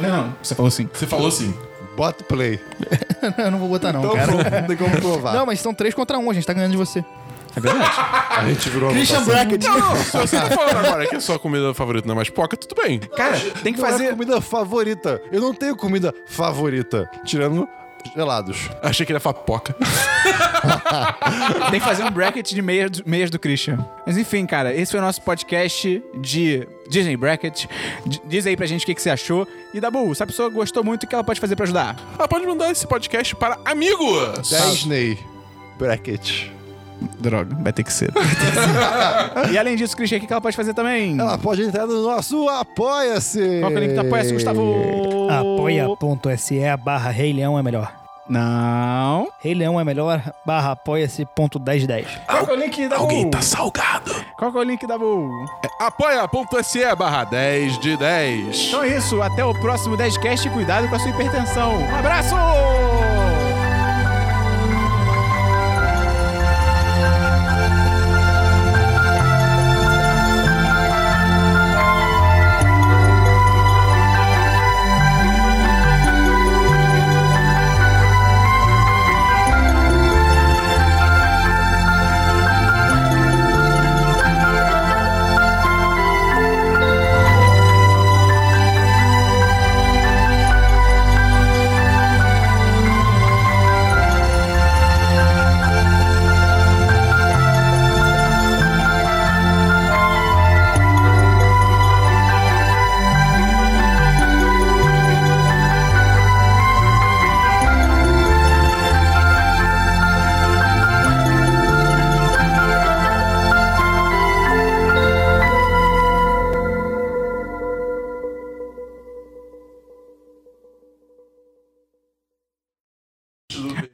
A: não, você falou sim.
D: Você falou sim.
C: Bota o play.
B: Eu não vou botar, não,
C: Então,
B: cara.
C: pô, não tem como provar.
B: Não, mas são três contra um, a gente tá ganhando de você.
A: É verdade.
C: A gente virou
B: Christian
C: anotação.
B: Brackett.
D: Não, não, se você tá falando agora que a sua comida favorita não é mais poca, tudo bem.
A: Cara, tem que
C: Não é
A: fazer.
C: comida favorita. Eu não tenho comida favorita. Tirando gelados.
D: Achei que ele ia falar poca.
A: Tem que fazer um bracket de meias do, meias do Christian. Mas enfim, cara, esse foi o nosso podcast de Disney Bracket. D- diz aí pra gente o que, que você achou. E Dabu, se a pessoa gostou muito, o que ela pode fazer pra ajudar?
D: Ela Ah, pode mandar esse podcast para amigos.
C: Disney Bracket.
A: Droga, vai ter que ser. e além disso, Christian, o que, que ela pode fazer também?
C: Ela pode entrar no nosso Apoia-se.
A: Qual que é o link do Apoia-se, Gustavo?
B: Apoia.se barra Rei Leão é melhor.
A: Não.
B: Rei Leão é melhor barra apoia-se ponto 1010.
A: Qual que é o link, Dabu?
D: salgado.
A: Qual que é o link, Dabu?
D: É, Apoia.se barra 10 de 10.
A: Então é isso, até o próximo 10cast e cuidado com a sua hipertensão. Um abraço!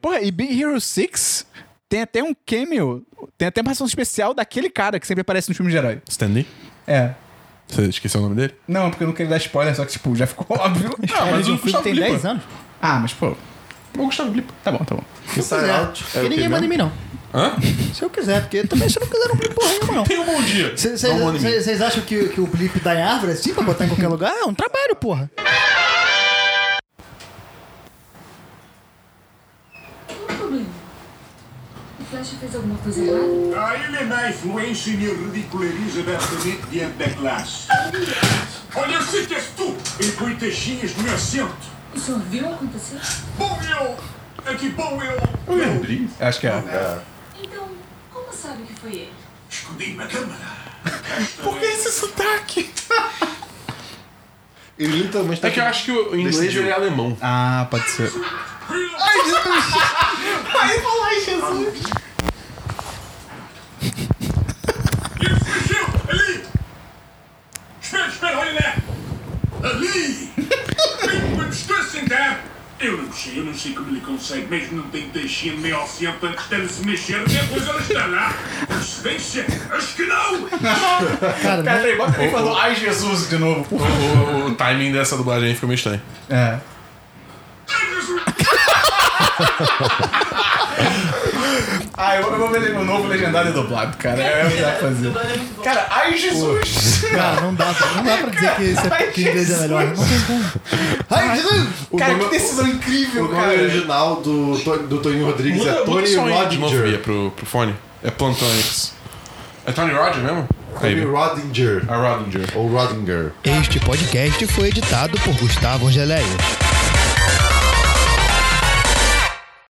A: Porra, e Big Hero 6 tem até um cameo, tem até uma ação especial daquele cara que sempre aparece nos filmes de herói.
D: Stanley?
A: É.
D: Você esqueceu o nome dele?
A: Não, porque eu não queria dar spoiler, só que, tipo, já ficou óbvio.
D: Ah, mas o
B: Tem 10 anos?
A: ah, mas, pô. O Gustavo Glipa. Tá bom, tá bom.
C: Inside Out.
B: Porque ninguém manda em mim, não.
D: Hã?
B: Se eu quiser, porque também se eu não quiser, não tem porra nenhuma, não.
D: Tenha um bom dia. Não manda em mim.
B: Vocês acham que, que o blip dá em árvore assim pra botar em qualquer lugar? É um trabalho, porra.
H: A Ah, ele é um mesmo enche me ridiculariza abertamente diante da classe. Olha, eu sei que és tu! E põe teixinhas no meu assento.
J: O senhor viu acontecer?
H: Bom eu! É que bom eu! Eu
A: Acho que é.
J: Então, como sabe que foi ele?
H: escondi-me na câmara.
D: Por que esse sotaque?
C: Ele literalmente tá
D: É que eu acho que o inglês
C: Decidiu.
D: ele é alemão.
A: Ah, pode ser.
H: Ele fugiu! Ali! Espera, espera, olha lá! Ali! Bem, uma distância ainda! Eu não sei, eu não sei como ele consegue, mesmo não tem deixinha no meio oceano antes dela se mexer, depois ela está lá! Consequência? Acho que não!
A: Cara, peraí, bota ele falou, ai Jesus, de novo.
D: O, o- o timing dessa dublagem aí ficou meio estranho.
A: É. Ah, eu vou, eu vou ver o novo legendário dublado, cara. É o que dá pra fazer. Cara, ai Jesus!
B: Cara, não dá, pra- não dá pra dizer que, isso é, que inglês é melhor. Não tem como.
C: Ai, Jesus! O
A: Cara,
C: nome-
A: que decisão
C: O
A: incrível,
C: nome
A: cara.
C: original do, Tony- do Tony Rodrigues é Tony
A: um
D: só aí de novo, Bia,
C: Rodinger.
D: pro, pro fone. É Plantonix. É Tony Roger mesmo? Aí,
C: Tony
D: Bia.
C: Rodinger.
D: é Rodinger.
C: Ou Rodinger.
B: Este podcast foi editado por Gustavo Angeléia.